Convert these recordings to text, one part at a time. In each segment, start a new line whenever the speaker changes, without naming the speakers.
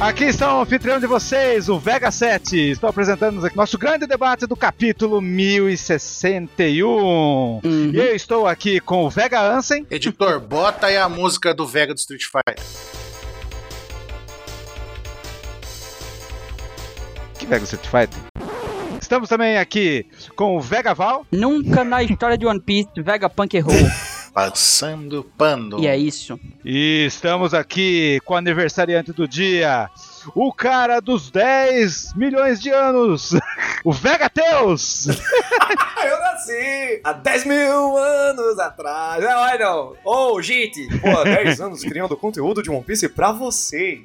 Aqui está o anfitrião de vocês, o Vega 7. Estou apresentando aqui nosso grande debate do capítulo 1061. E eu estou aqui com o Vega Ansem.
Editor, bota aí a música do Vega do Street Fighter.
Que Vega Street Fighter? Estamos também aqui com o Vega Val.
Nunca na história de One Piece Vegapunk errou.
Passando pano.
e é isso.
E estamos aqui com o aniversariante do dia, o cara dos 10 milhões de anos, o Vega Teus.
Eu nasci há 10 mil anos atrás. Não, ai não. Ô, gente, pô, há 10 anos criando conteúdo de One Piece pra você.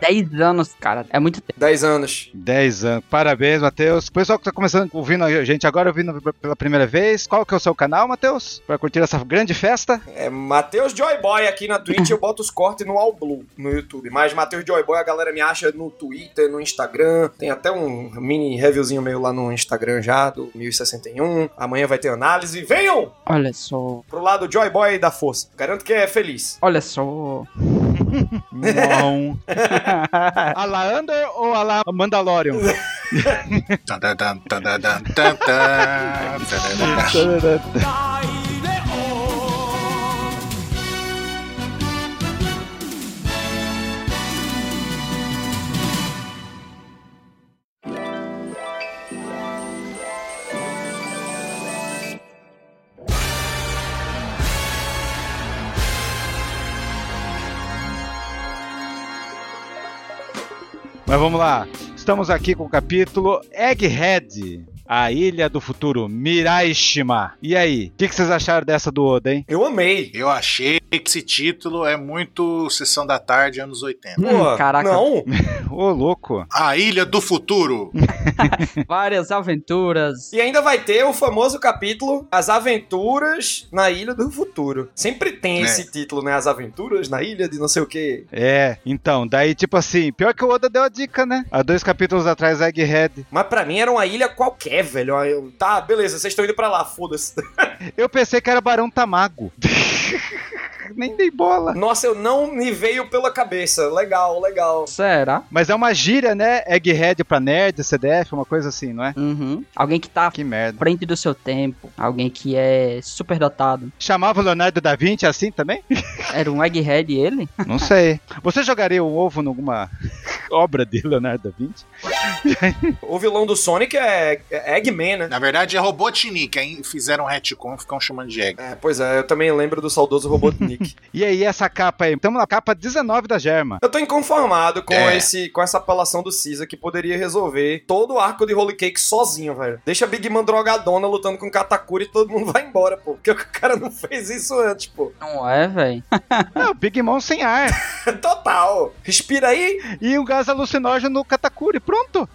10 anos, cara. É muito tempo.
10 anos.
10 anos. Parabéns, Matheus. Pessoal que tá começando ouvindo a gente agora, ouvindo pela primeira vez, qual que é o seu canal, Matheus? Pra curtir essa grande festa?
É Matheus Joyboy aqui na Twitch, eu boto os cortes no All Blue no YouTube. Mas Matheus Joyboy, a galera me acha no Twitter, no Instagram. Tem até um mini reviewzinho meu lá no Instagram já, do 1061. Amanhã vai ter análise. Venham
Olha só.
pro lado Joyboy da força. Garanto que é feliz.
Olha só.
Não. a la Under ou a la Mandalorian?
Tadadam, tadadam, tadadam, tadadam.
Mas vamos lá. Estamos aqui com o capítulo Egghead. A Ilha do Futuro, Miraishima. E aí, o que, que vocês acharam dessa do Oda, hein?
Eu amei.
Eu achei que esse título é muito Sessão da Tarde, anos 80.
Hum,
Pô,
caraca.
Não,
Ô, louco.
A Ilha do Futuro.
Várias aventuras.
E ainda vai ter o famoso capítulo As Aventuras na Ilha do Futuro. Sempre
É.
tem esse título, né? As Aventuras na Ilha de não sei o quê.
É, então, daí tipo assim, pior que o Oda deu a dica, né? Há dois capítulos atrás, Egghead.
Mas pra mim era uma ilha qualquer, velho. Aí eu, Tá, beleza, vocês estão indo pra lá, foda-se.
Eu pensei que era Barão Tamago. Nem dei bola.
Nossa, eu não me veio pela cabeça. Legal, legal.
Será?
Mas é uma gíria, né? Egghead pra nerd, CDF, uma coisa assim, não é?
Uhum. Alguém que tá à
Que merda.
frente do seu tempo. Alguém que é superdotado.
Chamava o Leonardo da Vinci assim também?
Era um egghead ele?
Não sei. Você jogaria um ovo numa obra de Leonardo da Vinci?
O vilão do Sonic é é Eggman, né?
Na verdade é Robotnik, aí fizeram um retcon, ficam chamando de Egg.
É, pois é, eu também lembro do saudoso Robotnik.
E aí, essa capa aí? Estamos na capa 19 da Germa.
Eu tô inconformado com,
É.
esse, com essa apelação do Caesar que poderia resolver todo o arco de Holy Cake sozinho, velho. Deixa a Big Man drogadona lutando com Katakuri e todo mundo vai embora, pô. Porque o cara não fez isso antes, pô.
Não é, velho?
Não, Big Mom sem ar.
Total. Respira aí.
E um gás alucinógeno no Katakuri. Pronto.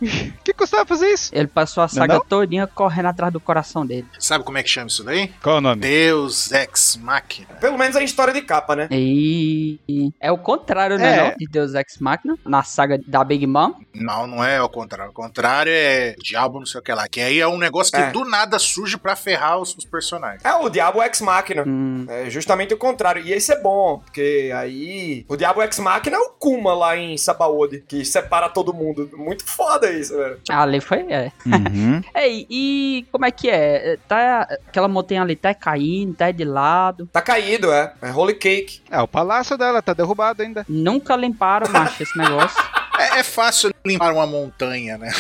que custava fazer isso?
Ele passou a saga
não?
todinha correndo atrás do coração dele.
Sabe como é que chama isso daí?
Qual o nome?
Deus Ex Machina.
Pelo menos é história de capa, né?
E é o contrário, né,
É.
não? De Deus Ex Machina, na saga da Big Mom.
Não, não é ao contrário. Ao contrário é Diabo, não sei o que lá. Que aí é um negócio que
É.
do nada surge pra ferrar os, os personagens.
É o Diabo Ex Machina.
Hum,
É justamente o contrário. E esse é bom, porque aí o Diabo Ex Machina é o Kuma lá em Sabaody, que separa todo mundo. Muito foda isso, velho.
ali foi. É.
Uhum.
Ei, e como é que é? É, Tá, aquela montanha ali tá caindo, tá de lado.
Tá caído, é. É Holy Cake.
É, o palácio dela tá derrubado ainda.
Nunca limparam, macho, esse negócio.
É, é fácil limpar uma montanha, né?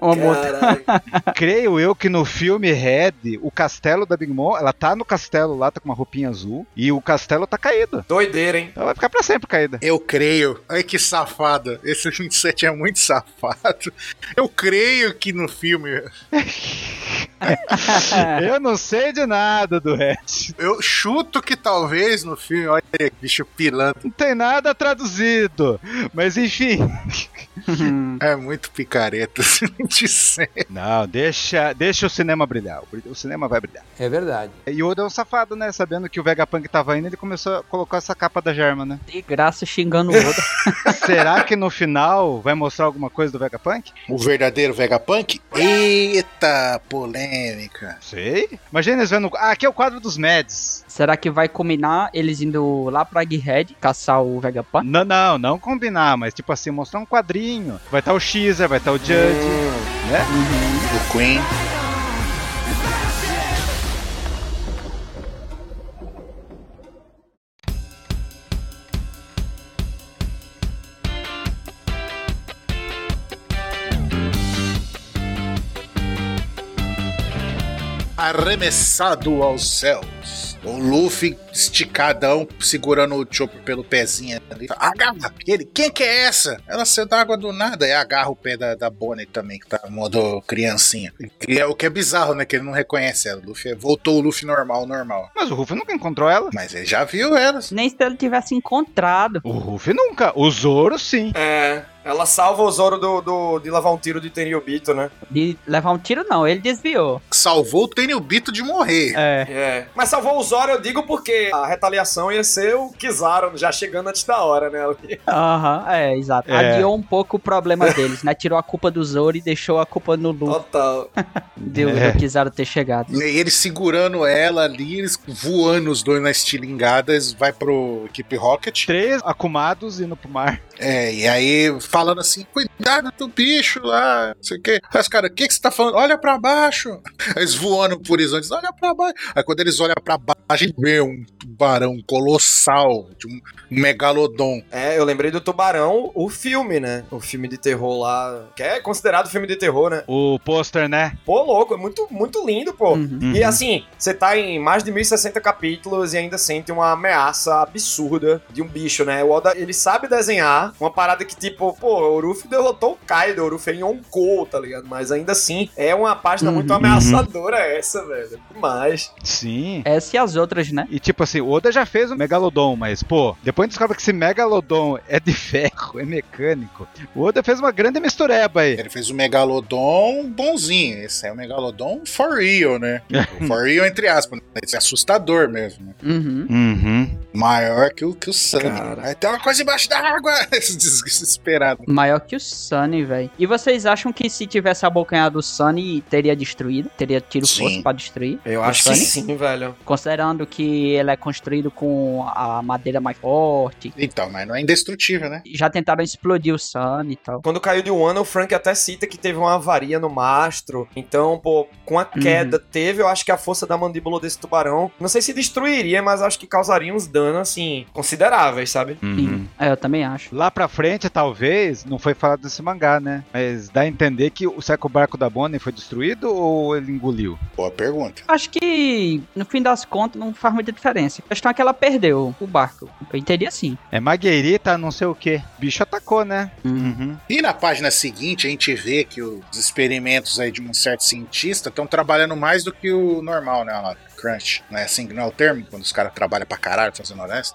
Uma montanha.
Caralho.
Creio eu que no filme Red, o castelo da Big Mom, ela tá no castelo lá, tá com uma roupinha azul, e o castelo tá caído.
Doideira, hein?
Ela vai ficar pra sempre caída.
Eu creio. Ai, que safada. Esse 27 é muito safado. Eu creio que no filme.
eu não sei de nada do Red.
Eu chuto que talvez no filme. Olha aí, bicho pilantra.
Não tem nada traduzido. Mas enfim.
É muito picareta, se não disser.
Não, deixa, deixa o cinema brilhar. O cinema vai brilhar.
É verdade.
E o Oda é um safado, né? Sabendo que o Vegapunk tava indo, ele começou a colocar essa capa da Germa, né?
De graça xingando o outro.
Será que no final vai mostrar alguma coisa do Vegapunk?
O verdadeiro Vegapunk? Eita, polêmica.
Sei. Imagina eles vendo. Ah, aqui é o quadro dos Meds.
Será que vai combinar eles indo lá pra Egghead caçar o Vegapunk?
Não, não, não combinar, mas tipo assim, mostrar um quadrinho. Vai estar o Xer, vai estar o Judge, né?
O Queen. Arremessado aos céus. O Luffy esticadão, segurando o Chopper pelo pezinho ali. Agarra! Ele, quem que é essa? Ela saiu da água do nada. E agarra o pé da, da Bonnie também, que tá modo criancinha. E é o que é bizarro, né? Que ele não reconhece ela. O Luffy, é- voltou o Luffy normal, normal.
Mas o Ruff nunca encontrou ela.
Mas ele já viu ela.
Nem se ele tivesse encontrado.
O Ruff nunca. O Zoro sim.
É. Ela salva o Zoro do, do- de lavar um tiro de Tenryubito, né?
De levar um tiro, não. Ele desviou.
Salvou o Tenryubito de morrer.
É.
É. Mas salvou o Zoro, eu digo, porque a retaliação ia ser o Kizaru já chegando antes da hora, né?
Aham, é, exato.
É.
Adiou um pouco o problema deles, né? Tirou a culpa do Zoro e deixou a culpa no Luffy.
Total.
Deu,
É.
do Kizaru ter chegado.
E ele segurando ela ali, eles voando os dois nas tilingadas, vai pro Equipe Rocket.
Três acumados indo pro mar.
É, e aí falando assim, cuidado do bicho lá, não sei o quê. Aí os caras, o que, que você tá falando? Olha pra baixo. Aí Eles voando pro horizonte, olha pra baixo. Aí quando eles olham pra baixo, a gente vê um tubarão colossal, de um megalodon.
É, eu lembrei do Tubarão, o filme, né? O filme de terror lá, que é considerado filme de terror, né?
O pôster, né?
Pô, louco, é muito, muito lindo, pô.
Uhum.
E assim, você tá em mais de 1060 capítulos e ainda sente uma ameaça absurda de um bicho, né? O Oda, ele sabe desenhar uma parada que, tipo, pô, o Uruf derrotou o Kaido, o Uruf é em Yonkou, tá ligado? Mas ainda assim, é uma página muito
Uhum.
ameaçadora essa, velho. Demais.
Uhum. Sim.
Essa e as outras, né?
E tipo assim, o Oda já fez o Megalodon, mas pô, depois descobre que esse Megalodon é de ferro, é mecânico. O Oda fez uma grande mistureba aí.
Ele fez o megalodon bonzinho. Esse é o megalodon for real, né? for real, entre aspas. Esse é assustador mesmo. né?
Uhum.
Uhum.
Maior que o, que o sangue.
Cara.
Aí tem uma coisa embaixo da água. Esse des- Desesperado.
Maior que o Sunny, velho. E vocês acham que se tivesse abocanhado o Sunny, teria destruído? Teria tiro
Sim.
força pra destruir?
Eu
acho que
assim sim, velho.
Considerando que ele é construído com a madeira mais forte.
Então, mas não é indestrutível, né?
Já tentaram explodir o Sunny e tal.
Quando caiu de Wano, o Frank até cita que teve uma avaria no mastro. Então, pô, com a
Uhum.
queda teve, eu acho que a força da mandíbula desse tubarão, não sei se destruiria, mas acho que causaria uns danos, assim, consideráveis, sabe?
Uhum.
Sim. É, eu também acho.
Lá pra frente, talvez, não foi falado nesse mangá, né? Mas dá a entender que o será que o barco da Bonnie foi destruído ou ele engoliu?
Boa pergunta.
Acho que, no fim das contas, não faz muita diferença. A questão é que ela perdeu o barco. Eu entendi assim.
É magueirita, não sei o que. Bicho atacou, né? Uhum.
E na página seguinte a gente vê que os experimentos aí de um certo cientista estão trabalhando mais do que o normal, né? Lá, crunch. Não é assim que não é o termo quando os caras trabalham pra caralho, tô sendo honesto.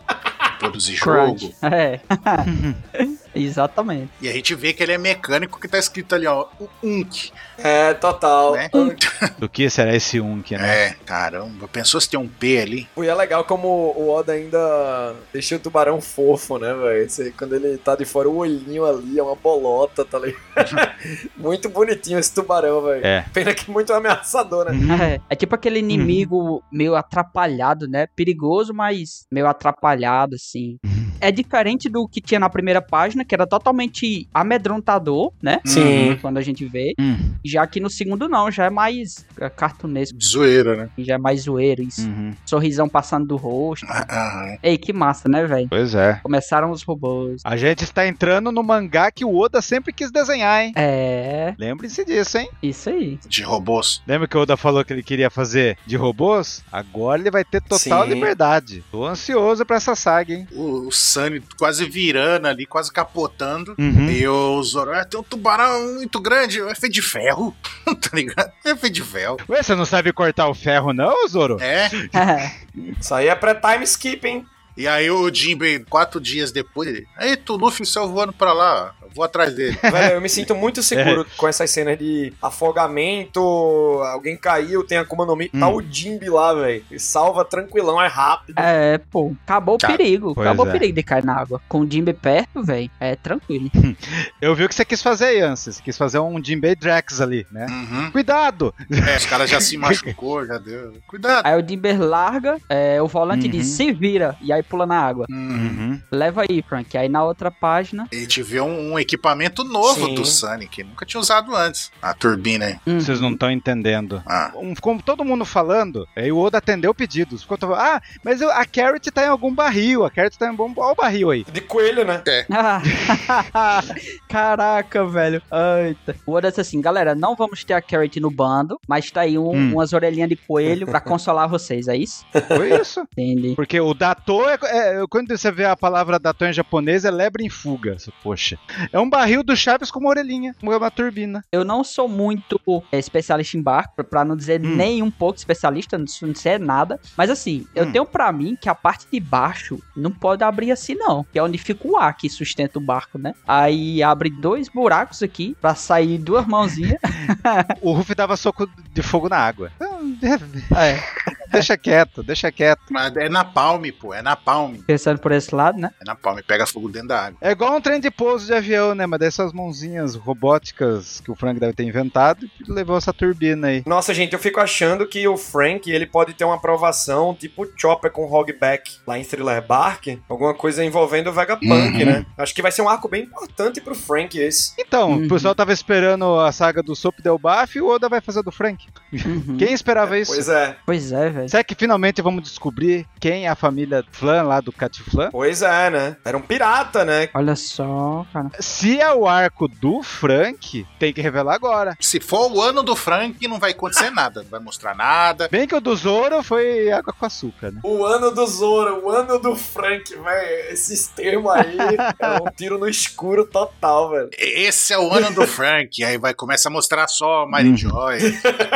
Produzir jogo.
Crunch. É. Exatamente.
E a gente vê que ele é mecânico que tá escrito ali, ó, o Unk,
É, total.
né?
Do que será esse Unk, né?
É, caramba, pensou se tem um P ali?
E é legal como o Oda ainda deixa o tubarão fofo, né, velho? Você- Quando ele tá de fora, o olhinho ali é uma bolota, tá ligado? muito bonitinho esse tubarão, velho.
É.
Pena que muito ameaçador, né?
Uhum.
É, é tipo aquele inimigo meio atrapalhado, né? Perigoso, mas meio atrapalhado, assim. É diferente do que tinha na primeira página, que era totalmente amedrontador, né?
Sim.
Quando a gente vê.
Hum.
Já que no segundo não, já é mais é, cartunesco,
Zoeira, né?
já é mais zoeiro, isso.
Uhum.
Sorrisão passando do rosto.
Ah, ah,
Ei, que massa, né, velho?
Pois é.
Começaram os robôs.
A gente está entrando no mangá que o Oda sempre quis desenhar, hein?
É,
Lembre-se disso, hein?
isso aí.
de robôs.
Lembra que o Oda falou que ele queria fazer de robôs? Agora ele vai ter total
Sim.
liberdade. Tô ansioso pra essa saga, hein?
O, o Sunny quase virando ali, quase capotando. E o Zoro, ah, tem um tubarão muito grande, é feito de ferro, tá ligado? É feito de ferro.
Ué, você não sabe cortar o ferro, não, Zoro?
É,
Isso aí é pré-time skip, hein?
e aí o Jinbe, quatro dias depois, ele, aí tu Luffy, o céu voando pra lá, ó. vou atrás dele.
Velho, eu me sinto muito seguro
É.
com essas cenas de afogamento, alguém caiu, tem Akuma no Mi. Tá
Hum.
o Jimby lá, velho. E salva tranquilão, é rápido.
É, pô, acabou o
Cara,
perigo.
pois
Acabou
é.
o perigo de cair na água. Com o Jimmy perto, velho, é tranquilo.
Eu vi o que você quis fazer, Ian. Você quis fazer um Jinbei Drax ali, né?
Uhum.
Cuidado!
É, os caras já se machucou, já deu. Cuidado.
Aí o Jimber larga, é, o volante
Uhum.
diz, se vira, e aí pula na água.
Uhum.
Leva aí, Frank. Aí na outra página.
A gente vê um, um equipamento novo
Sim.
do Sonic, nunca tinha usado antes. A turbina, hein?
hum,
Vocês não estão entendendo.
Ah.
Um- como todo mundo falando, aí o Oda atendeu pedidos. Ficou todo- ah, mas eu- a Carrot tá em algum barril, a Carrot tá em bom. Olha o barril aí.
De coelho, né?
Ah, Caraca, velho. Eita. O Oda disse assim, galera, não vamos ter a Carrot no bando, mas tá aí um-
Hum.
umas orelhinhas de coelho pra consolar vocês, é isso?
Foi isso.
Entendi.
Porque o Datô é, é- Quando você vê a palavra Datô em japonês, é lebre em fuga. Poxa. É um barril do Chaves com uma orelhinha, com uma turbina.
Eu não sou muito é, especialista em barco, pra- pra não dizer
Hum.
nem um pouco especialista, não sou- não sei nada. Mas assim, eu
Hum.
tenho pra mim que a parte de baixo não pode abrir assim, não. Que é onde fica o ar que sustenta o barco, né? Aí abre dois buracos aqui pra sair duas mãozinhas.
O Ruff dava soco de fogo na água. Então,
é,
Deixa quieto, deixa quieto.
Mas é na palme, pô, é na palme.
pensando por esse lado, né?
É na palme, pega fogo dentro da água.
É igual um trem de pouso de avião, né? Mas dessas mãozinhas robóticas que o Frank deve ter inventado e levou essa turbina aí.
Nossa, gente, eu fico achando que o Frank, ele pode ter uma aprovação tipo Chopper com Hogback lá em Thriller Bark, alguma coisa envolvendo o Vegapunk,
Uhum.
né? Acho que vai ser um arco bem importante pro Frank esse.
Então,
Uhum.
o pessoal tava esperando a saga do Soap Del Baf e o Oda vai fazer do Frank.
Uhum.
Quem esperava isso?
Pois é,
Pois é, velho.
Será que finalmente vamos descobrir quem é a família Flan lá do Cat Flan?
pois é, né? Era um pirata, né?
Olha só, cara.
Se é o arco do Frank, tem que revelar agora.
Se for o ano do Frank, não vai acontecer nada. Não vai mostrar nada.
Bem que o do Zoro foi água com açúcar, né?
O ano do Zoro, o ano do Frank, velho. Esses termos aí é um tiro no escuro total, velho.
E- Esse é o ano do Frank. Aí vai começa a mostrar só Mary
Hum.
Joy.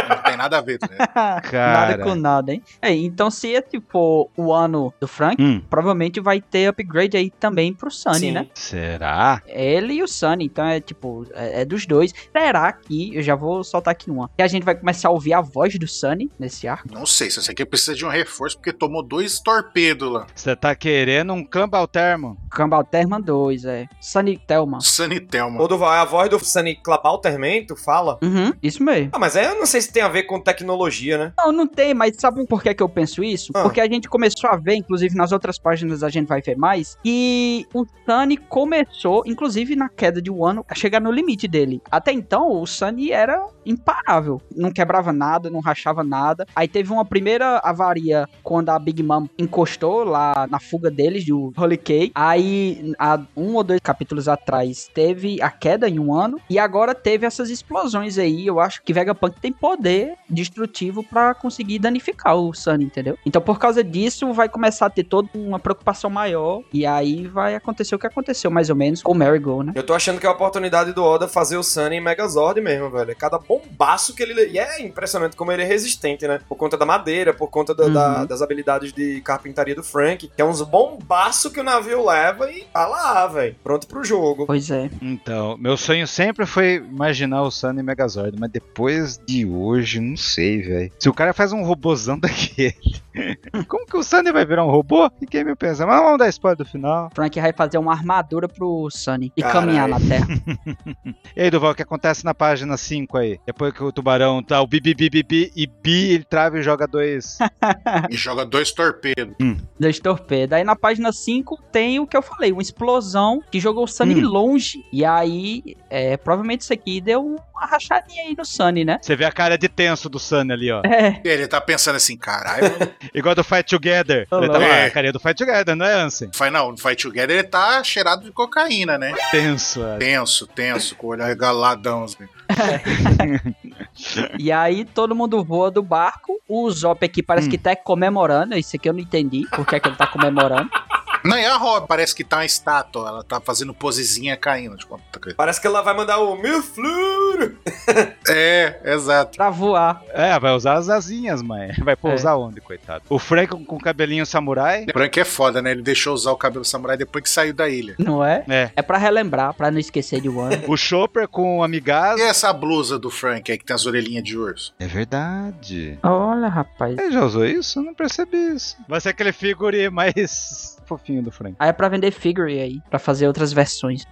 Não tem nada a ver, tá ligado?
Cara.
Nada com nada, hein? É, então se esse for o ano do Frank,
Hum,
provavelmente vai ter upgrade aí também pro Sunny,
Sim.
né?
será?
Ele e o Sunny, então é tipo, é, é dos dois. Será que, eu já vou soltar aqui uma, que a gente vai começar a ouvir a voz do Sunny nesse arco?
Não sei, se isso aqui precisa de um reforço, porque tomou dois torpedos lá.
Você tá querendo um Cambal Termo?
Cambalterman 2, é. Sunny Thelma.
Sunny Thelma.
Ô, Duval, é a voz do Sunny Clapalterman, tu fala?
Uhum, isso mesmo.
Ah, mas aí eu não sei se tem a ver com tecnologia, né?
Não, não tem, mas sabe por que, que eu penso isso?
Ah.
Porque a gente começou a ver, inclusive nas outras páginas a gente vai ver mais, que o Sunny começou, inclusive na queda de Wano, a chegar no limite dele. Até então, o Sunny era imparável. Não quebrava nada, não rachava nada. Aí teve uma primeira avaria quando a Big Mom encostou lá na fuga deles, do Holy Cake. Aí, há um ou dois capítulos atrás, teve a queda em um ano. E agora teve essas explosões aí. Eu acho que Vegapunk tem poder destrutivo pra conseguir danificar o Sunny, entendeu? Então, por causa disso, vai começar a ter toda uma preocupação maior. E aí vai acontecer o que aconteceu, mais ou menos, com o Marigold, né?
Eu tô achando que é a oportunidade do Oda fazer o Sunny em Megazord mesmo, velho. É Cada bombaço que ele. E é impressionante como ele é resistente, né? Por conta da madeira, por conta da- da-
Uhum.
das habilidades de carpintaria do Frank. Que é uns bombaço que o navio leva e tá lá, velho. Pronto pro jogo.
Pois é.
Então, meu sonho sempre foi imaginar o Sunny Megazord, mas depois de hoje, não sei, velho. Se o cara faz um robozão daquele, como que o Sunny vai virar um robô? Fiquei meio pensando, mas vamos dar spoiler do final.
Frank vai fazer uma armadura pro Sunny e
Caralho.
caminhar na Terra.
E aí, Duval, o que acontece na página 5 aí? Depois que o tubarão tá o bi, bi, bi, bi, bi e bi, ele trava e joga dois.
E joga dois torpedos.
Dois torpedos. Aí na página 5 tem o que eu falei, uma explosão que jogou o Sunny
Hum.
longe. E aí, é, provavelmente isso aqui deu uma rachadinha aí no Sunny, né?
Você vê a cara de tenso do Sunny ali, ó.
É,
Ele tá pensando assim, caralho,
Igual do Fight Together.
Olha
Ele
lá.
tá lá,
É.
a carinha do Fight Together, não é, Ansem?
Faz não, no Fight Together ele tá cheirado de cocaína, né?
Tenso. é.
Tenso, tenso, com o olho arregaladão. assim.
e aí todo mundo voa do barco. O Zop aqui parece
Hum.
que tá comemorando. Isso aqui eu não entendi. Por que, é que ele tá comemorando?
Não, e a Rob parece que tá uma estátua, ela tá fazendo posezinha caindo. Tipo, tá caindo.
Parece que ela vai mandar o meu flúor.
é, exato.
Pra voar.
É, vai usar as asinhas, mãe. Vai pousar onde, coitado? O Frank com, com cabelinho samurai.
O Branco é foda, né? Ele deixou usar o cabelo samurai depois que saiu da ilha.
Não é?
É.
É pra relembrar, pra não esquecer de One.
O Chopper com
E
amigas.
essa blusa do Frank aí que tem as orelhinhas de urso?
É verdade.
Olha, rapaz.
Ele já usou isso? Eu não percebi isso. Vai ser aquele figure mais fofinho do Frank.
Aí é pra vender figure aí, pra fazer outras versões.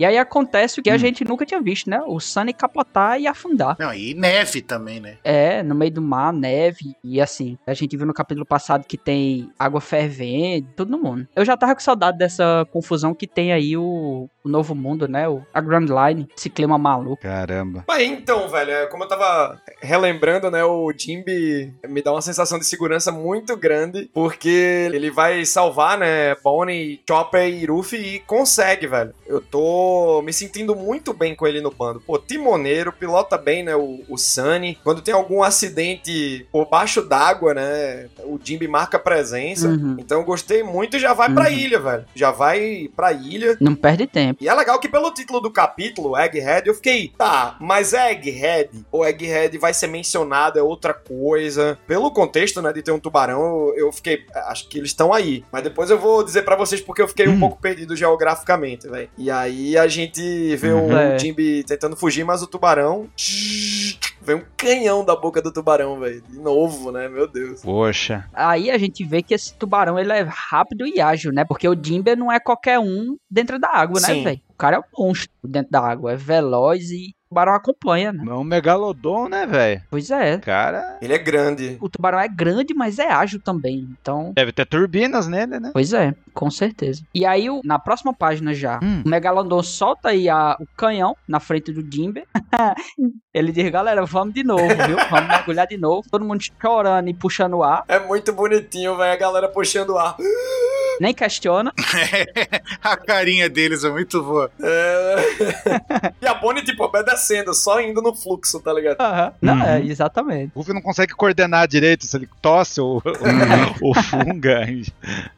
E aí acontece o que a gente nunca tinha visto, né? O Sunny capotar e afundar.
Não, e neve também, né?
É, no meio do mar, neve e assim. A gente viu no capítulo passado que tem água fervendo, tudo no mundo. Eu já tava com saudade dessa confusão que tem aí o, o novo mundo, né? O, a Grand Line, esse clima maluco.
Caramba.
Mas então, velho, é, como eu tava relembrando, né, o Jimby me dá uma sensação de segurança muito grande, porque ele vai salvar, né, Bonnie, Chopper e Ruffy e consegue, velho. Eu tô me sentindo muito bem com ele no bando. Pô, timoneiro, pilota bem, né, o, o Sunny. Quando tem algum acidente por baixo d'água, né, o Jimby marca presença.
Uhum.
Então eu gostei muito e já vai pra
Uhum.
ilha, velho. Já vai pra ilha.
Não perde tempo.
E é legal que pelo título do capítulo, Egghead, eu fiquei, tá, mas é Egghead? Ou Egghead vai ser mencionado, é outra coisa? Pelo contexto, né, de ter um tubarão, eu eu fiquei, acho que eles estão aí. Mas depois eu vou dizer pra vocês porque eu fiquei um
Hum.
pouco perdido geograficamente, velho. E aí a gente vê o
É.
Jimby tentando fugir, mas o tubarão... Vem um canhão da boca do tubarão, velho. De novo, né? Meu Deus.
Poxa.
Aí a gente vê que esse tubarão ele é rápido e ágil, né? Porque o Jimbe não é qualquer um dentro da água, né,
Sim.
velho? O cara é um monstro dentro da água, é veloz e o tubarão acompanha, né?
É um megalodon, né, velho?
Pois é.
Cara.
Ele é grande.
O tubarão é grande, mas é ágil também. Então,
Deve ter turbinas nele, né?
Pois é, com certeza. E aí, o- na próxima página já,
Hum.
o Megalodon solta aí a- o canhão na frente do Jimbe. Ele diz, galera, vamos de novo, viu? Vamos mergulhar de novo. Todo mundo chorando e puxando o ar.
É muito bonitinho, velho. A galera puxando o ar.
Nem questiona.
A carinha deles é muito boa.
É. e a Bonnie, tipo, obedecendo, só indo no fluxo, tá ligado?
Não, é,
Uhum.
exatamente.
O Ruffy não consegue coordenar direito se ele tosse ou, ou funga.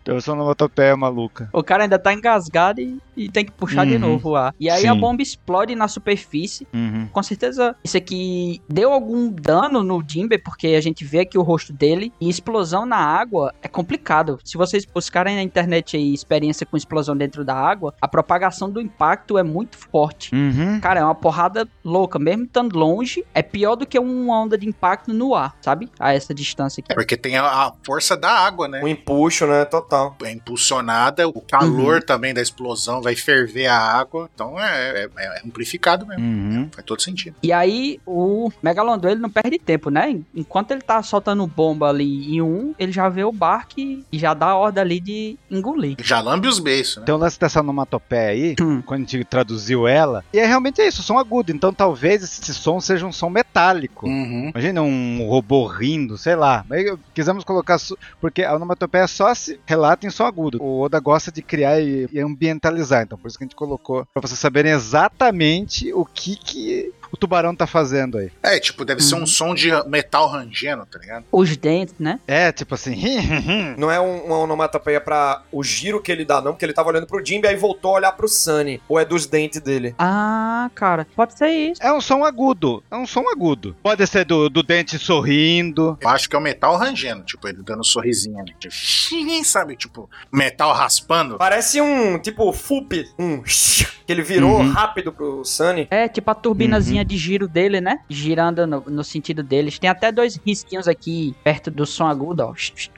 Então Eu sou onomatopeia maluca.
O cara ainda tá engasgado e, e tem que puxar de
Uhum.
novo o ar. E aí a
Sim.
bomba explode na superfície.
Uhum.
Com certeza isso aqui deu algum dano no Jimbe, porque a gente vê aqui o rosto dele. E explosão na água é complicado. Se vocês buscarem na internet aí experiência com explosão dentro da água, a propagação do impacto é muito forte.
Uhum.
Cara, é uma porrada louca, mesmo estando longe, é pior do que uma onda de impacto no ar, sabe? A essa distância
É
aqui.
porque tem a, a força da água, né?
Um empuxo, né? Total.
É impulsionada, o calor também da explosão vai ferver a água. Então é, é- é amplificado mesmo.
Uhum.
Faz todo sentido.
E aí, o Megalodon, ele não perde tempo, né? Enquanto ele tá soltando bomba ali em um, ele já vê o barco e e já dá a ordem ali de engolir.
Já lambe os beiços, né?
Tem o lance dessa onomatopeia aí,
Hum.
quando a gente traduziu ela, e é realmente isso, som agudo. Então talvez esse som seja um som metálico.
Uhum.
Imagina um robô rindo, sei lá. Mas eu- quisemos colocar. su- Porque a onomatopeia só se relata em som agudo. O Oda gosta de criar e, e ambientalizar. Então, por isso que a gente colocou. Pra vocês saberem exatamente o que, que o tubarão tá fazendo aí.
É, tipo, deve ser um
Uhum.
som de metal rangendo, tá ligado?
Os dentes, né?
É, tipo assim.
Não é um, uma onomatopeia pra o giro que ele dá, não, porque ele tava olhando pro Jimby, aí voltou a olhar pro Sunny. Ou é dos dentes dele.
Ah, cara, pode ser isso.
É um som agudo. É um som agudo. Pode ser do, do dente sorrindo.
Eu acho que é o metal rangendo, tipo, ele dando um sorrisinho ali. Tipo, sabe, tipo, metal raspando.
Parece um, tipo, fup, um que ele virou
Uhum.
rápido pro Sunny.
É, tipo a
Uhum.
turbinazinha de giro dele, né? Girando no, no sentido deles. Tem até dois risquinhos aqui perto do som agudo, ó.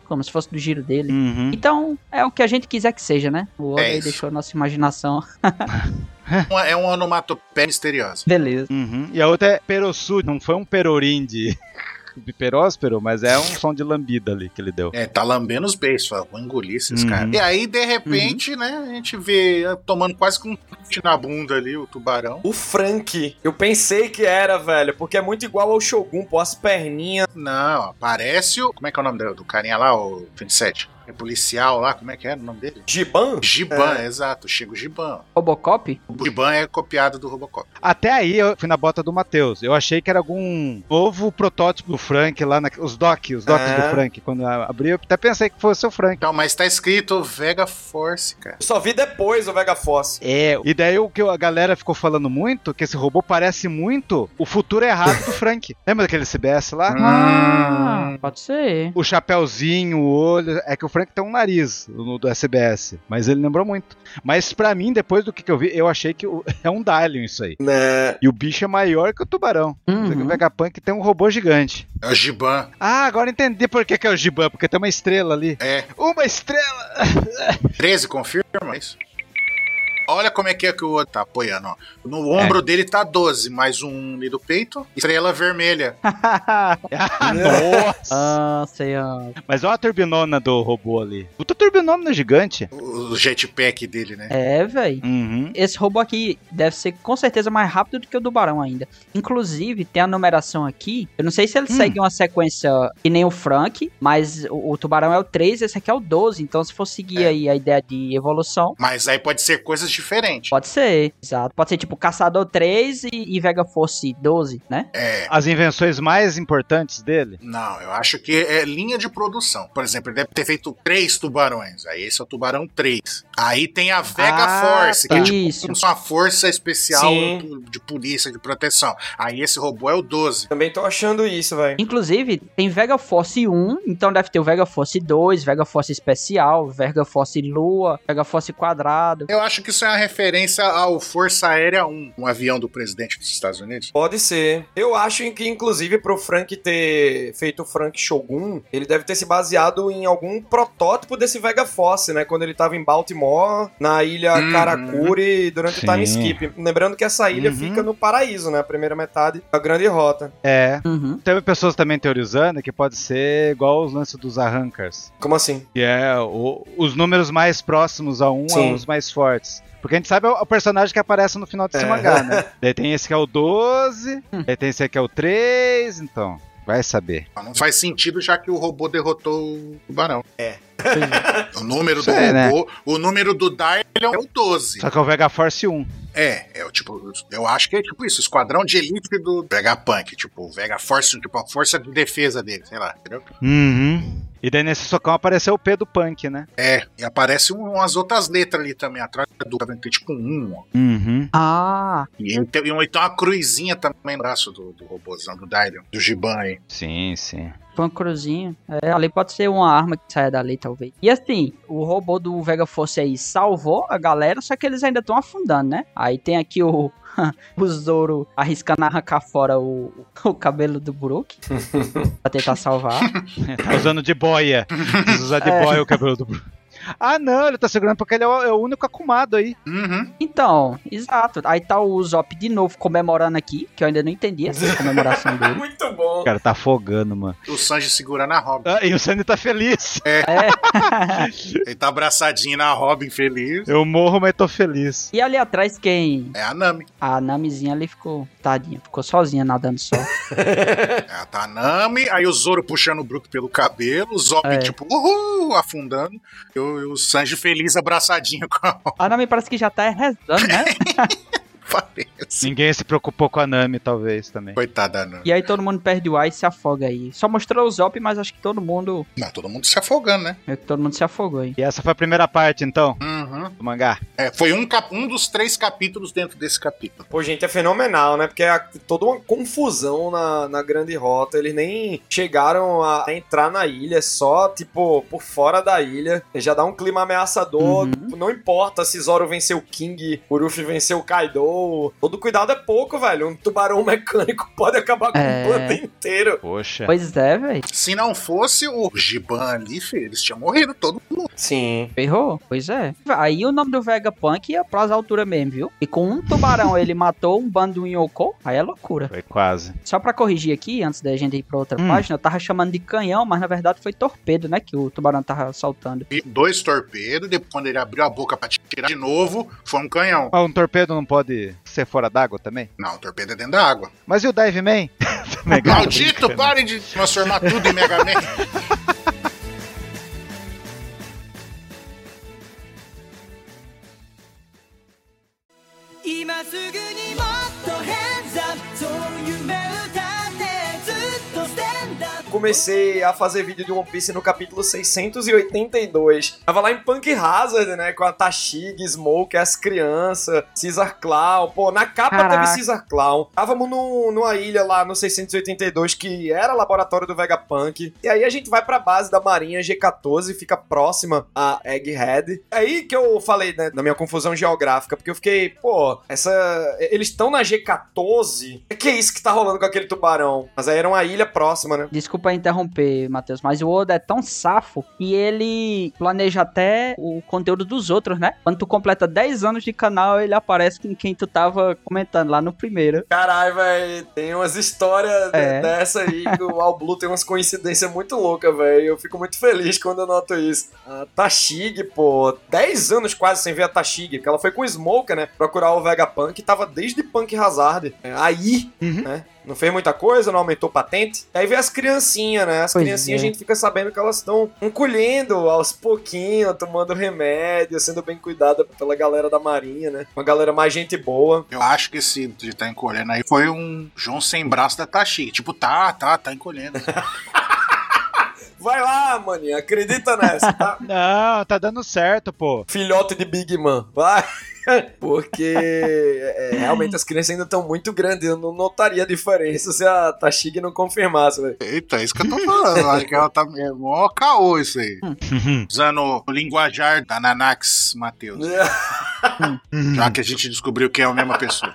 Como se fosse do giro dele.
Uhum.
Então, é o que a gente quiser que seja, né? O Oda
É
aí
isso.
deixou a nossa imaginação.
Uma- É um onomatopeia misteriosa.
Beleza.
Uhum. E a outra é perossu, não foi um perorim de de peróspero, mas é um som de lambida ali que ele deu.
É, tá lambendo os beijos, fala, vou engolir esses
Uhum.
caras. E aí, de repente, né, a gente vê ah, tomando quase com um chute na bunda ali o tubarão.
O Frank. Eu pensei que era, velho, porque é muito igual ao Shogun, pô, as perninhas.
Não, aparece o. Como é que é o nome do, do carinha lá, o 27? É policial lá, como é que era o nome dele?
Giban?
Giban, exato. Chega o Giban.
Robocop?
O Giban é copiado do Robocop.
Até aí eu fui na bota do Matheus. Eu achei que era algum novo protótipo do Frank lá, na, os doc, os docs
É.
do Frank. Quando a- abriu, eu até pensei que fosse o Frank.
Então, mas tá escrito Vega Force, cara.
Eu só vi depois o Vega Force.
É, e daí o que a galera ficou falando muito, que esse robô parece muito o futuro errado do Frank. Lembra daquele CBS lá?
Hum.
Ah, pode ser.
O chapéuzinho, o olho. É que o Frank tem um nariz no do SBS, mas ele lembrou muito. Mas pra mim, depois do que, que eu vi, eu achei que o- é um Dalion isso aí.
Né?
E o bicho é maior que o tubarão. O Vegapunk tem um robô gigante.
É o Giban.
Ah, agora entendi por que, que é o Giban, porque tem uma estrela ali.
É.
Uma estrela!
13, confirma isso? Olha como é que é que o outro tá apoiando, ó. No ombro dele tá 12, mais um ali do peito. Estrela vermelha.
ah, nossa!
Ah, sei. ah.
Mas olha a turbinona do robô ali. Puta turbinona gigante.
O jetpack dele, né?
É, véi.
Uhum.
Esse robô aqui deve ser com certeza mais rápido do que o do Barão ainda. Inclusive, tem a numeração aqui. Eu não sei se ele
Hum.
segue uma sequência que nem o Frank, mas o, o Tubarão é o 3, esse aqui é o 12. Então, se for seguir aí a ideia de evolução,
Mas aí pode ser coisas diferentes.
pode ser. Exato. Pode ser tipo Caçador 3 e, e Vega Force 12, né?
É.
As invenções mais importantes dele.
Não, eu acho que é linha de produção. Por exemplo, ele deve ter feito três tubarões. Aí esse é o tubarão 3. Aí tem a Vega
Ah,
Force, que é tipo
Isso.
como se uma força especial
Sim.
de polícia, de proteção. Aí esse robô é o 12.
Também tô achando isso, velho.
Inclusive, tem Vega Force 1, então deve ter o Vega Force 2, Vega Force Especial, Vega Force Lua, Vega Force Quadrado.
Eu acho que isso é uma referência ao Força Aérea 1, um avião do presidente dos Estados Unidos.
Pode ser. Eu acho que, inclusive, pro Frank ter feito o Frank Shogun, ele deve ter se baseado em algum protótipo desse Vega Force, né? Quando ele tava em Baltimore, na ilha
Uhum.
Karakuri, durante
Sim.
o time skip. Lembrando que essa ilha
Uhum.
fica no paraíso, né? A primeira metade da Grande Rota.
É.
Uhum.
Teve pessoas também teorizando que pode ser igual os lances dos arrancars.
Como assim?
Que é o- os números mais próximos a um
Sim.
são os mais fortes. Porque a gente sabe o, o personagem que aparece no final desse
É.
mangá, né? Daí tem esse que é o 12, daí tem esse que é o 3, então. Vai saber.
Não faz sentido já que o robô derrotou o tubarão.
É.
o número
Isso
do
é, né?
robô, o número do Darlion é o 12.
Só que é o Vega Force 1.
É, é o tipo, eu acho que é tipo isso, o esquadrão de elite do Vegapunk, tipo, o Vega Force, tipo, a força de defesa dele, sei lá, entendeu?
Uhum. E daí nesse socão apareceu o P do Punk, né?
É, e aparece um- umas outras letras ali também, atrás do tem tipo um, ó.
Uhum.
Ah,
E ele tem, e um- então uma cruzinha também no braço do, do robôzão, do Dylion, do Giban aí.
Sim, sim.
Foi uma cruzinha. É, ali pode ser uma arma que saia dali, talvez. E assim, o robô do Vega Force aí salvou a galera, só que eles ainda estão afundando, né? Aí tem aqui o, o Zoro arriscando arrancar fora o, o cabelo do Brook pra tentar salvar.
Tá usando de boia. Precisa usar de boia o cabelo do Bruno. Ah, não, ele tá segurando porque ele é o, é o único acumado aí.
Uhum.
Então, exato. Aí tá o Zop de novo comemorando aqui, que eu ainda não entendi essa comemoração dele.
Muito bom.
O cara tá afogando, mano.
O Sanji segurando a Robin.
Ah, e o Sandy tá feliz.
Ele tá abraçadinho na Robin, feliz.
Eu morro, mas tô feliz.
E ali atrás quem?
É a Nami.
A Namizinha ali ficou tadinha, ficou sozinha nadando só.
É, tá a Nami, aí o Zoro puxando o Brook pelo cabelo, o Zop,
É.
tipo, uhul, afundando. E o, e o Sanji feliz, abraçadinho com a
A Nami parece que já tá rezando, né?
Robin. Assim.
Ninguém se preocupou com a Nami, talvez, também.
Coitada né? da Nami.
E aí todo mundo perde o ar e se afoga aí. Só mostrou o Zop, mas acho que todo mundo.
Não, todo mundo se afogando, né?
meio que todo mundo se afogou aí.
E essa foi a primeira parte, então,
Uhum.
do mangá.
É, foi um, cap- um dos três capítulos dentro desse capítulo.
Pô, gente, é fenomenal, né? Porque é toda uma confusão na, na grande rota. Eles nem chegaram a entrar na ilha, só, tipo, por fora da ilha. Já dá um clima ameaçador.
Uhum.
Tipo, Não importa se Zoro venceu o King, Urufi venceu o Kaido. Todo cuidado é pouco, velho. Um tubarão mecânico pode acabar com
É.
o planeta inteiro.
Poxa.
Pois é, velho.
Se não fosse o Giban ali, filho, eles tinham morrido todo mundo.
Sim.
Ferrou? Pois é. Aí o nome do Vegapunk ia pras alturas mesmo, viu? E com um tubarão ele matou um bando de um Yoko. Aí é loucura.
Foi quase.
Só pra corrigir aqui, antes da gente ir pra outra
Hum.
página, eu tava chamando de canhão, mas na verdade foi torpedo, né? Que o tubarão tava soltando.
E dois torpedos, depois quando ele abriu a boca pra tirar de novo, foi um canhão.
Ah, um torpedo não pode ser fora d'água também?
Não, o torpedo é dentro da água.
Mas e o Dive Man? Também, cara, né?
Maldito,
brincando.
parem de transformar tudo em Mega Man.
今すぐにもっと hands up そう夢歌ってずっと stand up
Comecei a fazer vídeo de One Piece no capítulo 682. Tava lá em Punk Hazard, né? Com a Tashig, Smoke, as crianças, Caesar Clown. Pô, na capa
Caraca.
teve Caesar Clown. Távamos num- numa ilha lá no 682, que era laboratório do Vegapunk. E aí a gente vai pra base da Marinha G14, fica próxima a Egghead. É Aí que eu falei, né, da minha confusão geográfica, porque eu fiquei, pô, essa. Eles estão na G14. Que é isso que tá rolando com aquele tubarão? Mas aí era uma ilha próxima, né?
Desculpa interromper, Matheus, mas o Oda é tão safo que ele planeja até o conteúdo dos outros, né? Quando tu completa 10 anos de canal, ele aparece com quem tu tava comentando lá no primeiro.
Caralho, velho, tem umas histórias de-
É.
dessa aí que o All Blue tem umas coincidências muito loucas, velho. Eu fico muito feliz quando eu noto isso. A Tashig, pô, 10 anos quase sem ver a Tashig, porque ela foi com o Smoker, né, procurar o Vegapunk, e tava desde Punk Hazard. É, Aí,
Uhum.
né, não fez muita coisa, não aumentou patente. Aí vem as criancinhas, né, as
Pois
criancinhas
é.
a gente fica sabendo que elas estão encolhendo aos pouquinhos, tomando remédio, sendo bem cuidada pela galera da marinha, né, uma galera mais gente boa.
Eu acho que esse de tá encolhendo aí foi um João sem braço da Tachi. Tipo, tá, tá, tá encolhendo.
Vai lá, maninha, acredita nessa, tá?
Não, tá dando certo, pô.
Filhote de Big Man, vai. Porque é, realmente as crianças ainda estão muito grandes. Eu não notaria a diferença se a Tashig não confirmasse, velho.
Eita, é isso que eu tô falando. Eu acho que ela tá. É mó caô isso aí. Usando o linguajar da Nanax, Matheus. Já que a gente descobriu que é a mesma pessoa.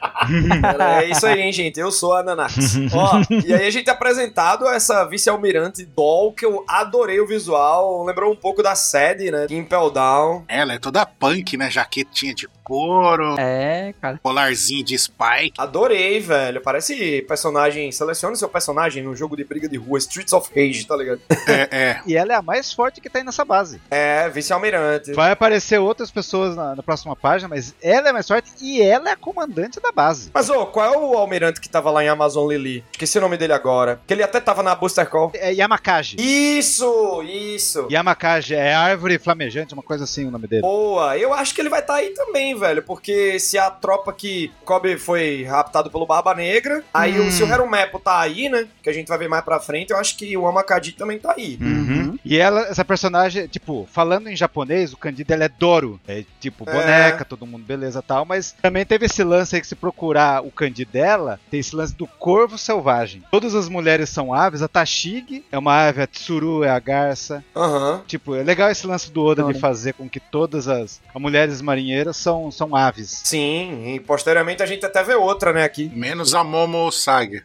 Cara, é isso aí, hein, gente. Eu sou a Nanax. Ó, e aí a gente é apresentado essa vice-almirante Doll, que eu adorei o visual. Lembrou um pouco da sede, né? Impel Down.
Ela é toda punk, né? Jaquetinha de couro,
É, cara.
colarzinho de spike.
Adorei, velho. Parece personagem. Selecione seu personagem no jogo de briga de rua, Streets of Rage, tá ligado?
É, é.
E ela é a mais forte que tá aí nessa base.
É, vice-almirante.
Vai aparecer outras pessoas na, na próxima página, mas ela é a mais forte e ela é a comandante da base.
Mas, ô, qual é o almirante que tava lá em Amazon Lily? Esqueci o nome dele agora. Que ele até tava na Booster Call.
É Yamakaji.
Isso, isso.
Yamakaji é árvore flamejante, uma coisa assim o nome dele.
Boa, eu acho que ele vai estar aí também, velho, porque se a tropa que Kobe foi raptado pelo Barba Negra, aí o, se o Herumepo tá aí, né, que a gente vai ver mais pra frente, eu acho que o Amakadi também tá aí.
Uhum. E ela, essa personagem, tipo, falando em japonês, o Candida ela é Doro. É tipo
É.
boneca, todo mundo beleza tal, mas também teve esse lance aí que se procurar o Candida dela, tem esse lance do corvo selvagem. Todas as mulheres são aves, a Tashig é uma ave, a Tsuru é a garça.
Aham.
Tipo, é legal esse lance do Oda de
Olha.
fazer com que todas as as mulheres marinheiras são, são aves.
Sim, e posteriormente a gente até vê outra, né, aqui.
Menos a Momo Saga.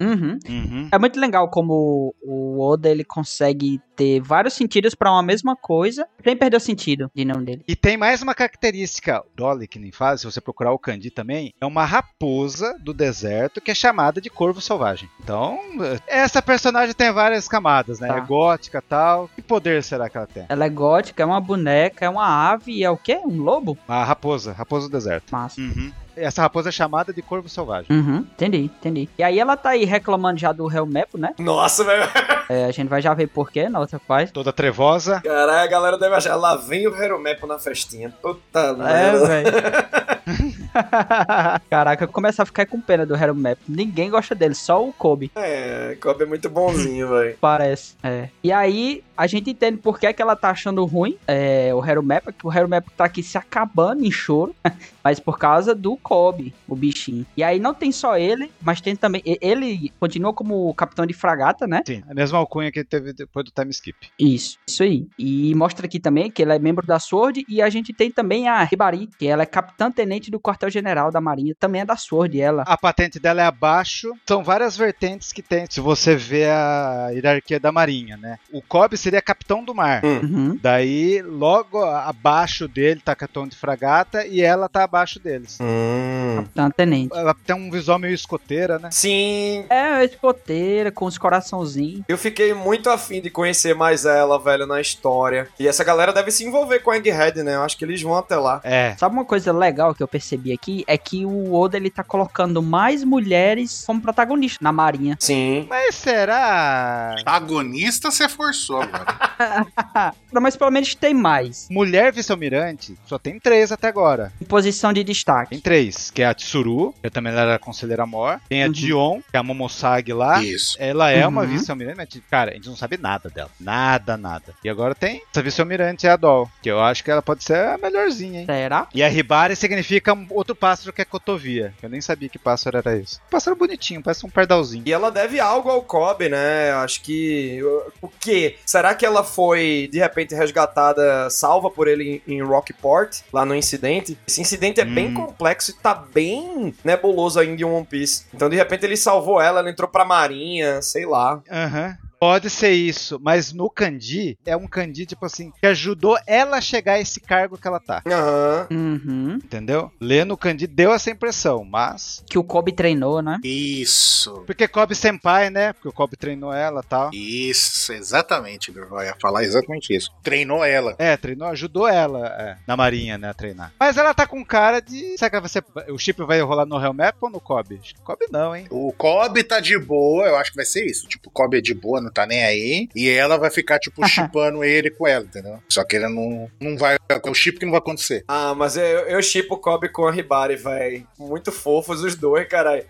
Uhum.
Uhum.
É muito legal como o Oda ele consegue ter vários sentidos pra uma mesma coisa, sem perder o sentido de não dele.
E tem mais uma característica, Dolly, que nem faz, se você procurar o Kandi também, é uma raposa do deserto que é chamada de corvo selvagem. Então, essa personagem tem várias camadas, né?
Tá.
É gótica tal. Que poder será que ela tem?
Ela é gótica, é uma boneca, é uma ave e é o quê? Um lobo?
A raposa, raposa do deserto.
Massa.
Essa raposa é chamada de corvo selvagem.
Uhum, entendi, entendi. E aí ela tá aí reclamando já do Hellmap, né?
Nossa, velho.
É, a gente vai já ver porquê na outra página.
Toda trevosa.
Caralho, a galera deve achar. Lá vem o Herumepo na festinha. Puta
É,
merda.
velho. Caraca, começa a ficar com pena do Hellmap. Ninguém gosta dele, só o Kobe.
É, Kobe é muito bonzinho, velho.
Parece. É. E aí, a gente entende por que, que ela tá achando ruim é, o Hero Map, que o Hero Map tá aqui se acabando em choro, mas por causa do Kobe, o bichinho. E aí não tem só ele, mas tem também. e- Ele continua como capitão de fragata, né?
Sim, a mesma alcunha que ele teve depois do time skip.
Isso, isso aí. E mostra aqui também que ele é membro da Sword. E a gente tem também a Ribari, que ela é capitã-tenente do quartel-general da Marinha. Também é da Sword, ela.
A patente dela é abaixo. São várias vertentes que tem, se você vê a hierarquia da marinha, né? O Kobe seria capitão do mar.
Uhum.
Daí, logo abaixo dele tá Catone de Fragata e ela tá abaixo deles.
Hum.
Capitã-tenente.
Ela tem um visual meio escoteira, né?
Sim,
É, escoteira, com os coraçãozinhos.
eu fiquei muito afim de conhecer mais ela, velho, na história. E essa galera deve se envolver com a Egghead, né? Eu acho que eles vão até lá.
É.
Sabe uma coisa legal que eu percebi aqui é que o Oda ele tá colocando mais mulheres como protagonista na marinha.
Sim.
Mas será?
Agonista você forçou agora.
Mas pelo menos tem mais.
Mulher vice-almirante só tem três até agora.
Em posição de destaque.
Tem três, que é a Tsuru, que também ela era conselheira mor. Tem a
Uhum.
Dion, que é a Momosag lá.
Isso.
Ela é uma
Uhum.
vice-almirante, mas, cara, a gente não sabe nada dela. Nada, nada. E agora tem essa vice-almirante, é a Doll, que eu acho que ela pode ser a melhorzinha, hein?
Será?
E a Ribari significa um outro pássaro que é cotovia. Eu nem sabia que pássaro era esse. Pássaro bonitinho, parece um pardalzinho.
E ela deve algo ao Kobe, né? Acho que. O quê? Será que ela foi, de repente, resgatada, salva por ele em, em Rockport, lá no incidente? Esse incidente é bem
Hum.
complexo e tá bem nebuloso ainda em One Piece. Então, de repente, ele salvou ela, ela entrou pra marinha, sei lá.
Aham. Pode ser isso, mas no Kandi, é um Kandi, tipo assim, que ajudou ela a chegar a esse cargo que ela tá.
Aham.
Uhum.
Entendeu? Lendo o Kandi deu essa impressão, mas.
Que o Kobe treinou, né?
Isso.
Porque Kobe Senpai, né? Porque o Kobe treinou ela e tal.
Isso, exatamente, Durval. Ia falar exatamente isso. Treinou ela.
É, treinou, ajudou ela é, na marinha, né, a treinar. Mas ela tá com cara de. Será que vai ser... o chip vai rolar no Hellmap ou no Kobe? Acho que Kobe não, hein?
O Kobe tá de boa, eu acho que vai ser isso. Tipo, o Kobe é de boa, não tá nem aí. E ela vai ficar, tipo, chipando ele com ela, entendeu? Só que ele não, não vai. É o chip que não vai acontecer.
Ah, mas eu, eu chipo o Kobe com a Ribari, velho. Muito fofos os dois, caralho.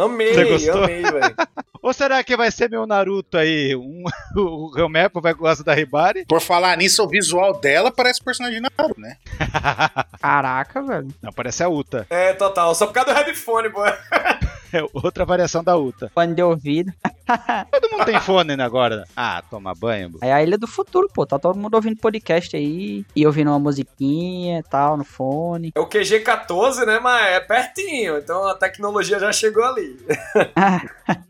Amei,
Ah, Você gostou?
amei, velho.
ou será que vai ser meu Naruto aí? Um... o Hellmap vai gostar da Ribari?
Por falar nisso, o visual dela parece personagem de Naruto, né?
Caraca, velho.
não, parece a Uta.
É, total. Só por causa do headphone, pô.
É outra variação da Uta.
Fone de ouvido.
Todo mundo tem fone né, agora. Ah, toma banho. bu.
É a Ilha do Futuro, pô. Tá todo mundo ouvindo podcast aí. E ouvindo uma musiquinha e tal no fone.
É o QG14, né? Mas é pertinho. Então a tecnologia já chegou ali.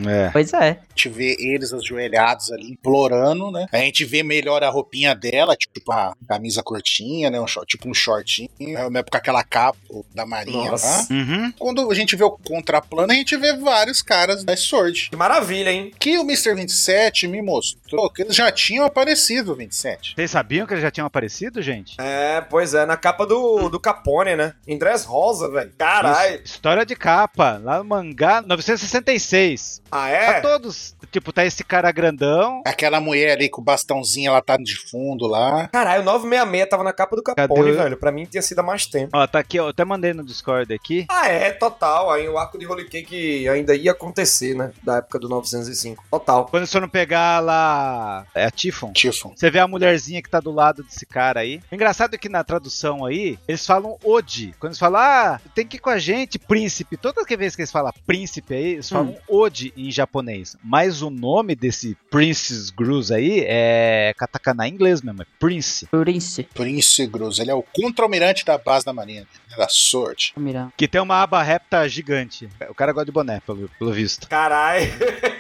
É.
Pois é.
A gente vê eles ajoelhados ali, implorando, né? A gente vê melhor a roupinha dela, tipo, a camisa curtinha, né? Um short- tipo um shortinho. Né? Com aquela capa da marinha
Nossa.
lá.
Uhum.
Quando a gente vê o contraplano, a gente vê vários caras da Sword.
Que maravilha, hein?
Que o Mr. 27 me mostrou que eles já tinham aparecido, o 27.
Vocês sabiam que eles já tinham aparecido, gente?
É, pois é, na capa do, do Capone, né? Em dress rosa, velho. Caralho.
História de capa, lá no mangá 966.
Ah,
Tá
é?
todos. Tipo, tá esse cara grandão.
Aquela mulher ali com o bastãozinho, ela tá de fundo lá.
Caralho, 966 tava na capa do Capone,
Cadê o-
velho. Pra mim tinha sido há mais tempo.
Ó, tá aqui, ó. Eu até mandei no Discord aqui.
Ah, é, total. Aí o arco de Holy Cake ainda ia acontecer, né? Da época do 905. Total.
Quando o senhor não pegar lá. É a Tifon.
Tifon.
Você vê a mulherzinha que tá do lado desse cara aí. O Engraçado é que na tradução aí, eles falam Odi. Quando eles falam, ah, tem que ir com a gente, príncipe. Todas as vezes que eles falam príncipe aí, eles falam Odi em japonês. Mas o nome desse Princess Gruz aí é katakana em inglês mesmo, é Prince.
Turince.
Prince Gruz. Ele é o contra-almirante da base da marinha, né? da Sword.
Mirando.
Que tem uma aba repta gigante. O cara gosta de boné, pelo, pelo visto.
Caralho.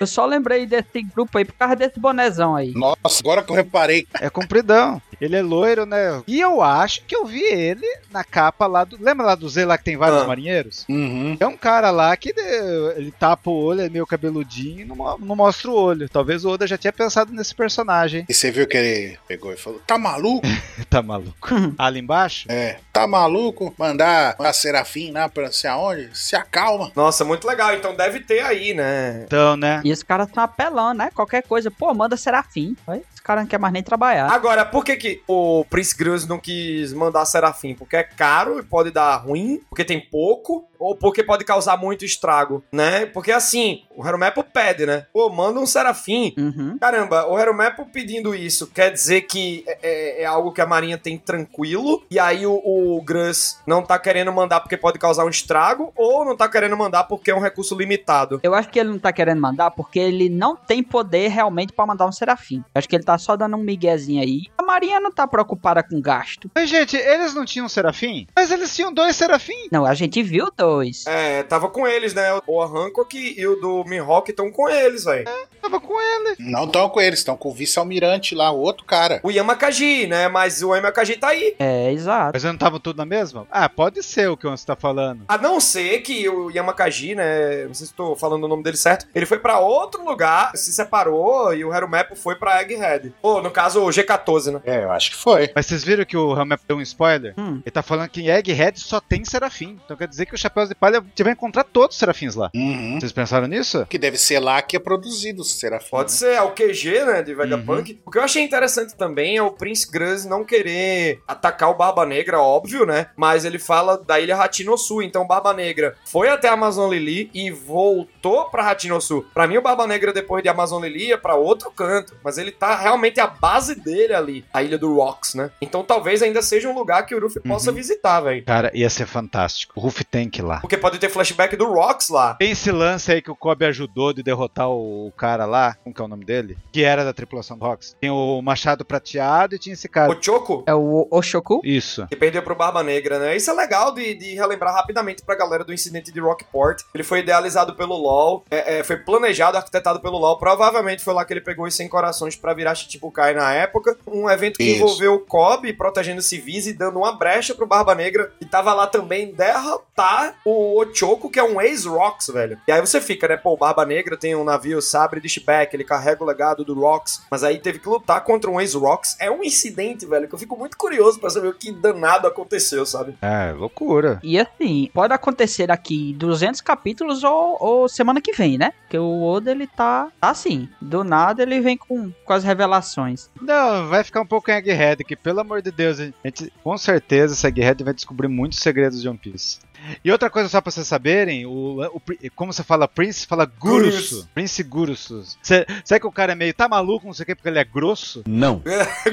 Eu só lembrei desse grupo aí por causa desse bonezão aí.
Nossa, agora que eu reparei.
É compridão. Ele é loiro, né? E eu acho que eu vi ele na capa lá do. Lembra lá do Z lá que tem vários
Ah.
marinheiros?
Uhum.
É um cara lá que eh, ele tapa o olho, é meio cabeludinho e não, mo- não mostra o olho. Talvez o Oda já tinha pensado nesse personagem.
E você viu que ele pegou e falou: Tá maluco?
tá maluco. Ali embaixo?
É. Tá maluco? Mandar a Serafim lá pra não sei aonde? Se acalma.
Nossa, muito legal. Então deve ter aí, né?
Então, né?
E os caras tão apelando, né? Qualquer coisa. Pô, manda Serafim. Aí Os caras não querem mais nem trabalhar.
Agora, por que, que o Prince Gruz não quis mandar Serafim? Porque é caro e pode dar ruim, porque tem pouco, ou porque pode causar muito estrago, né? Porque assim, o Heromepo pede, né? Pô, manda um Serafim.
Uhum.
Caramba, o Heromepo pedindo isso quer dizer que é, é- é algo que a Marinha tem tranquilo, e aí o, o Gruz não tá querendo mandar porque pode causar um estrago, ou não tá querendo mandar porque é um recurso limitado.
Eu acho que ele não tá querendo mandar porque ele não tem poder realmente pra mandar um serafim. Eu acho que ele tá só dando um miguezinho aí. A Marinha não tá preocupada com gasto.
Mas, gente, eles não tinham serafim? Mas eles tinham dois serafim.
Não, a gente viu dois.
É, tava com eles, né? O Hancock e o do Mihawk estão com eles, velho.
Eu tava com ele.
Não estão com eles, estão com o vice-almirante lá, o outro cara.
O Yamakaji, né? Mas o Yamakaji tá aí.
É, exato.
Mas eu não tava tudo na mesma? Ah, pode ser o que você tá falando.
A não ser que o Yamakaji, né? Não sei se tô falando o nome dele certo. Ele foi pra outro lugar, se separou e o Herumepo foi pra Egghead. Ou, no caso, o G14, né?
É, eu acho que foi.
Mas vocês viram que o Ramep deu um spoiler?
Hum.
Ele tá falando que em Egghead só tem serafim. Então quer dizer que o Chapéu de Palha vai encontrar todos os serafins lá.
Uhum.
Vocês pensaram nisso?
Que deve ser lá que é produzido o Serafim.
Pode ser, é o QG, né, de Vegapunk. O que eu achei interessante também é o Prince Gruz não querer atacar o Barba Negra, óbvio, né? Mas ele fala da ilha Ratinossu, então o Barba Negra foi até a Amazon Lili e voltou pra Ratinossu. Pra mim, o Barba Negra, depois de Amazon Lili, ia pra outro canto, mas ele tá realmente a base dele ali, a ilha do Rocks, né? Então talvez ainda seja um lugar que o Ruffy possa visitar, velho.
Cara, ia ser fantástico. O Ruff Tank lá.
Porque pode ter flashback do Rocks lá.
Tem esse lance aí que o Kobe ajudou de derrotar o cara lá, como que é o nome dele? Que era da tripulação do Rox. Tem o Machado Prateado e tinha esse cara.
O Choco,
É o Oshoku?
Isso.
que perdeu pro Barba Negra, né? Isso é legal de, de relembrar rapidamente pra galera do incidente de Rockport. Ele foi idealizado pelo LoL, é, é, foi planejado, arquitetado pelo LoL. Provavelmente foi lá que ele pegou os 100 corações pra virar Chichibukai na época. Um evento que
Isso.
envolveu o Kobe protegendo civis e dando uma brecha pro Barba Negra, que tava lá também derrotar o Ochoco, que é um ex-Rocks, velho. E aí você fica, né? Pô, o Barba Negra tem um navio Sabre de Shibek, ele carrega o legado do Rocks, mas aí teve que lutar contra um ex-Rocks. É um incidente, velho, que eu fico muito curioso pra saber o que danado aconteceu, sabe?
É, loucura.
E assim, pode acontecer aqui 200 capítulos ou, ou semana que vem, né? Porque o Oda, ele tá tá assim. Do nada, ele vem com, com as revelações.
Não, vai ficar um pouco em Egghead, que pelo amor de Deus, a gente, com certeza essa Egghead vai descobrir muitos segredos de One Piece. E outra coisa só pra vocês saberem, o, o pri- como você fala Prince, fala Gurusu.
Gurusu.
Prince Gurusu. Cê- Será que o cara é meio, tá maluco, não sei o que, porque ele é grosso?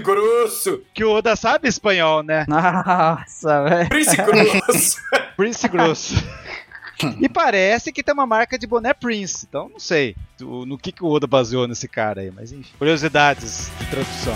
Grosso!
Que o Oda sabe espanhol, né?
Nossa, velho.
Prince Grosso!
Prince Grosso. E parece que tem uma marca de boné Prince, então não sei o- no que, que o Oda baseou nesse cara aí, mas enfim. Curiosidades de tradução.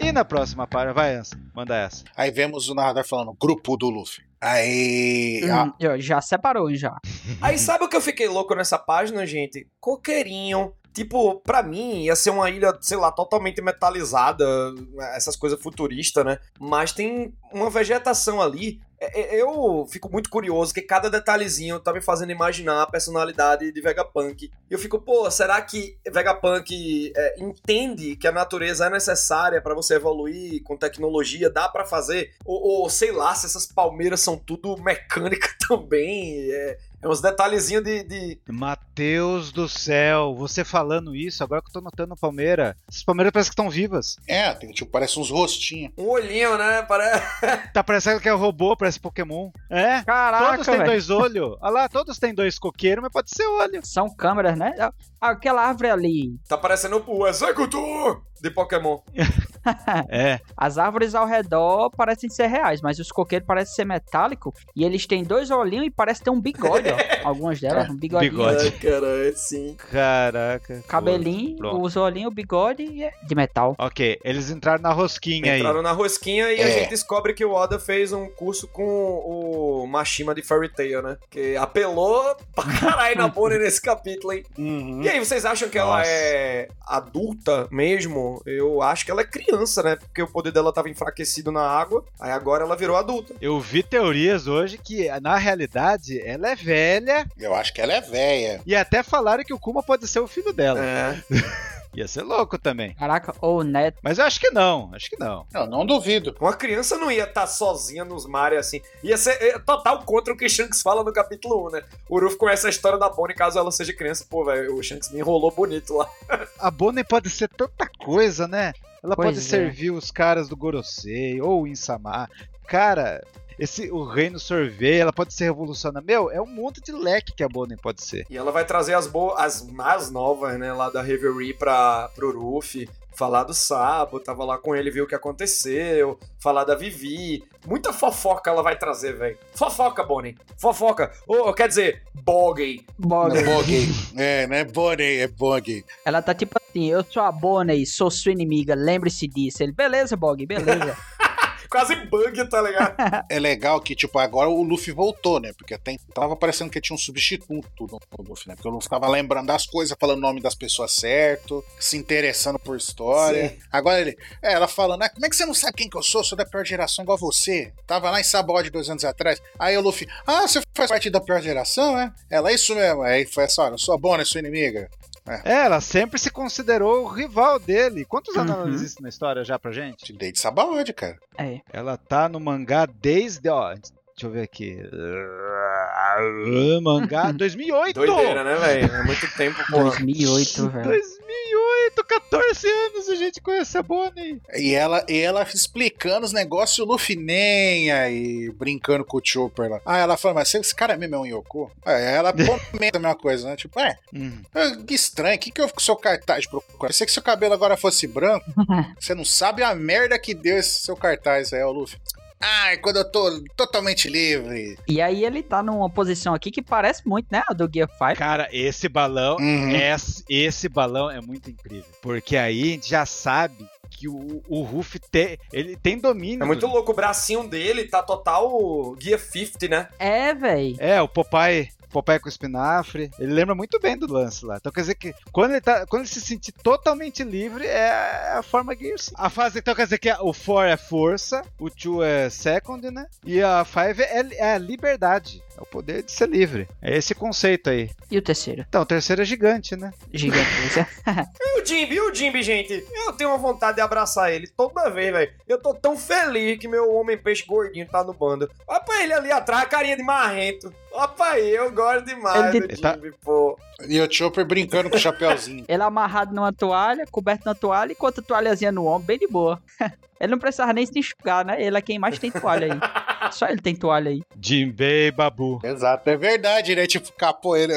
E na próxima página, vai essa, manda essa.
Aí vemos o narrador falando, grupo do Luffy. Aí. a-
Hum, ó, já separou, já.
Aí sabe o que eu fiquei louco nessa página, gente? Coqueirinho. Tipo, pra mim, ia ser uma ilha, sei lá, totalmente metalizada, essas coisas futuristas, né? Mas tem uma vegetação ali. É, é, Eu fico muito curioso, que cada detalhezinho tá me fazendo imaginar a personalidade de Vegapunk. E eu fico, pô, será que Vegapunk é, entende que a natureza é necessária pra você evoluir com tecnologia? Dá pra fazer? Ou, ou sei lá, se essas palmeiras são tudo mecânica também? É, é uns detalhezinhos de, de-
Mateus do céu, você falando isso, agora que eu tô notando o Palmeira, essas Palmeiras parece que estão vivas.
É, tem, tipo, parece uns rostinhos.
Um olhinho, né? Parece.
Tá parecendo que é o robô, parece Pokémon. É, todos
Caraca,
têm
velho.
dois olhos. Olha lá, todos têm dois coqueiros, mas pode ser olho.
São câmeras, né? Aquela árvore ali.
Tá parecendo o Executor de Pokémon.
É,
As árvores ao redor parecem ser reais, mas os coqueiros parecem ser metálico. E eles têm dois olhinhos e parece ter um bigode, ó. Algumas delas, um bigodinho.
Bigode. Pode.
caralho, sim.
caraca.
Cabelinho,
Pronto.
os olhinhos, o bigode e é de metal.
Ok, eles entraram na rosquinha aí.
Entraram na rosquinha e a
É.
gente descobre que o Oda fez um curso com o Mashima de Fairy Tail, né? Que apelou pra caralho na Bonnie nesse capítulo, hein? E aí, vocês acham que ela
Nossa.
é adulta mesmo? Eu acho que ela é criança, né? Porque o poder dela tava enfraquecido na água, aí agora ela virou adulta.
Eu vi teorias hoje que, na realidade, ela é velha
Eu acho que ela é velha.
e até falaram que o Kuma pode ser o filho dela.
É.
Ia ser louco também.
Caraca, ou neto.
Mas eu acho que não, acho que não.
Eu não duvido.
Uma criança não ia estar sozinha nos mares assim. Ia ser é, total contra o que Shanks fala no capítulo 1, né? O Ruff conhece a história da Bonnie caso ela seja criança. Pô, velho, o Shanks me enrolou bonito lá.
A Bonnie pode ser tanta coisa, né? Ela
Pois
pode
é.
servir os caras do Gorosei ou o Insamar. Cara, esse o reino sorvê, ela pode ser revolucionária. Meu, é um monte de leque que a Bonnie pode ser.
E ela vai trazer as boas, as más novas, né, lá da Reverie pra, pro Ruffy. Falar do Sabo, tava lá com ele, viu o que aconteceu. Falar da Vivi. Muita fofoca ela vai trazer, velho. Fofoca, Bonnie. Fofoca. Ou, quer dizer, Bogey.
Bog.
Bogey. É, não é Bonnie, é Bogey.
Ela tá tipo assim, eu sou a Bonnie, sou sua inimiga, lembre-se disso. Ele, beleza, Bog, beleza.
Quase bug, tá ligado?
É legal que, tipo, agora o Luffy voltou, né? Porque até então tava parecendo que tinha um substituto no Luffy, né? Porque o Luffy tava lembrando das coisas, falando o nome das pessoas certo, se interessando por história. Agora ele, é, ela falando, ah, como é que você não sabe quem que eu sou? Sou da pior geração igual você. Tava lá em Sabode dois anos atrás. Aí o Luffy, ah, você faz parte da pior geração, né? Ela, isso mesmo. Aí foi essa hora, sua bona, sua inimiga.
É, Ela sempre se considerou o rival dele. Quantos anos ela
Uhum.
existe na história já pra gente?
Te dei de Sabode, cara.
É.
Ela tá no mangá desde, ó, deixa eu ver aqui. Mangá 2008.
Doideira, né, velho? É muito tempo, porra.
2008, velho.
2008, 14 anos a gente conhece a Bonnie.
E ela, e ela explicando os negócios, o Luffy nem aí, brincando com o Chopper lá. Ah, ela fala, mas esse cara mesmo é um Yoko? Aí ela comenta a mesma coisa, né? Tipo, é,
Hum.
ah, que estranho, o que, que eu com seu cartaz procurando? Pensei que seu cabelo agora fosse branco. Você não sabe a merda que deu esse seu cartaz aí, ó, Luffy. Ai, quando eu tô totalmente livre.
E aí ele tá numa posição aqui que parece muito, né? A do Gear 5.
Cara, esse balão,
Uhum.
esse, esse balão é muito incrível. Porque aí a gente já sabe que o, o Ruff te, ele tem domínio.
É muito louco, o bracinho dele tá total guia 50, né?
É, velho.
É, o Popeye. Popeye com espinafre, ele lembra muito bem do lance lá. Então quer dizer que quando ele, tá, quando ele se sentir totalmente livre, é a forma Gear 5. A fase, então quer dizer que o 4 é força, o 2 é second, né? E a 5 é, é a liberdade, é o poder de ser livre. É esse conceito aí.
E o terceiro?
Então, o terceiro é gigante, né?
Gigante.
E o Jimby, e o Jimby, gente? Eu tenho uma vontade de abraçar ele toda vez, velho. Eu tô tão feliz que meu homem-peixe gordinho tá no bando. Olha pra ele ali atrás, carinha de marrento. Olha pra ele, eu gosto demais
Ele
do
tem- tá-
Jimby, pô.
E o Chopper brincando com o chapéuzinho.
ele amarrado numa toalha, coberto na toalha e com outra toalhazinha no ombro, bem de boa. ele não precisava nem se enxugar, né? Ele é quem mais tem toalha aí. Só ele tem toalha aí.
Jinbei Babu.
Exato, é verdade, né? Tipo, capô, ele,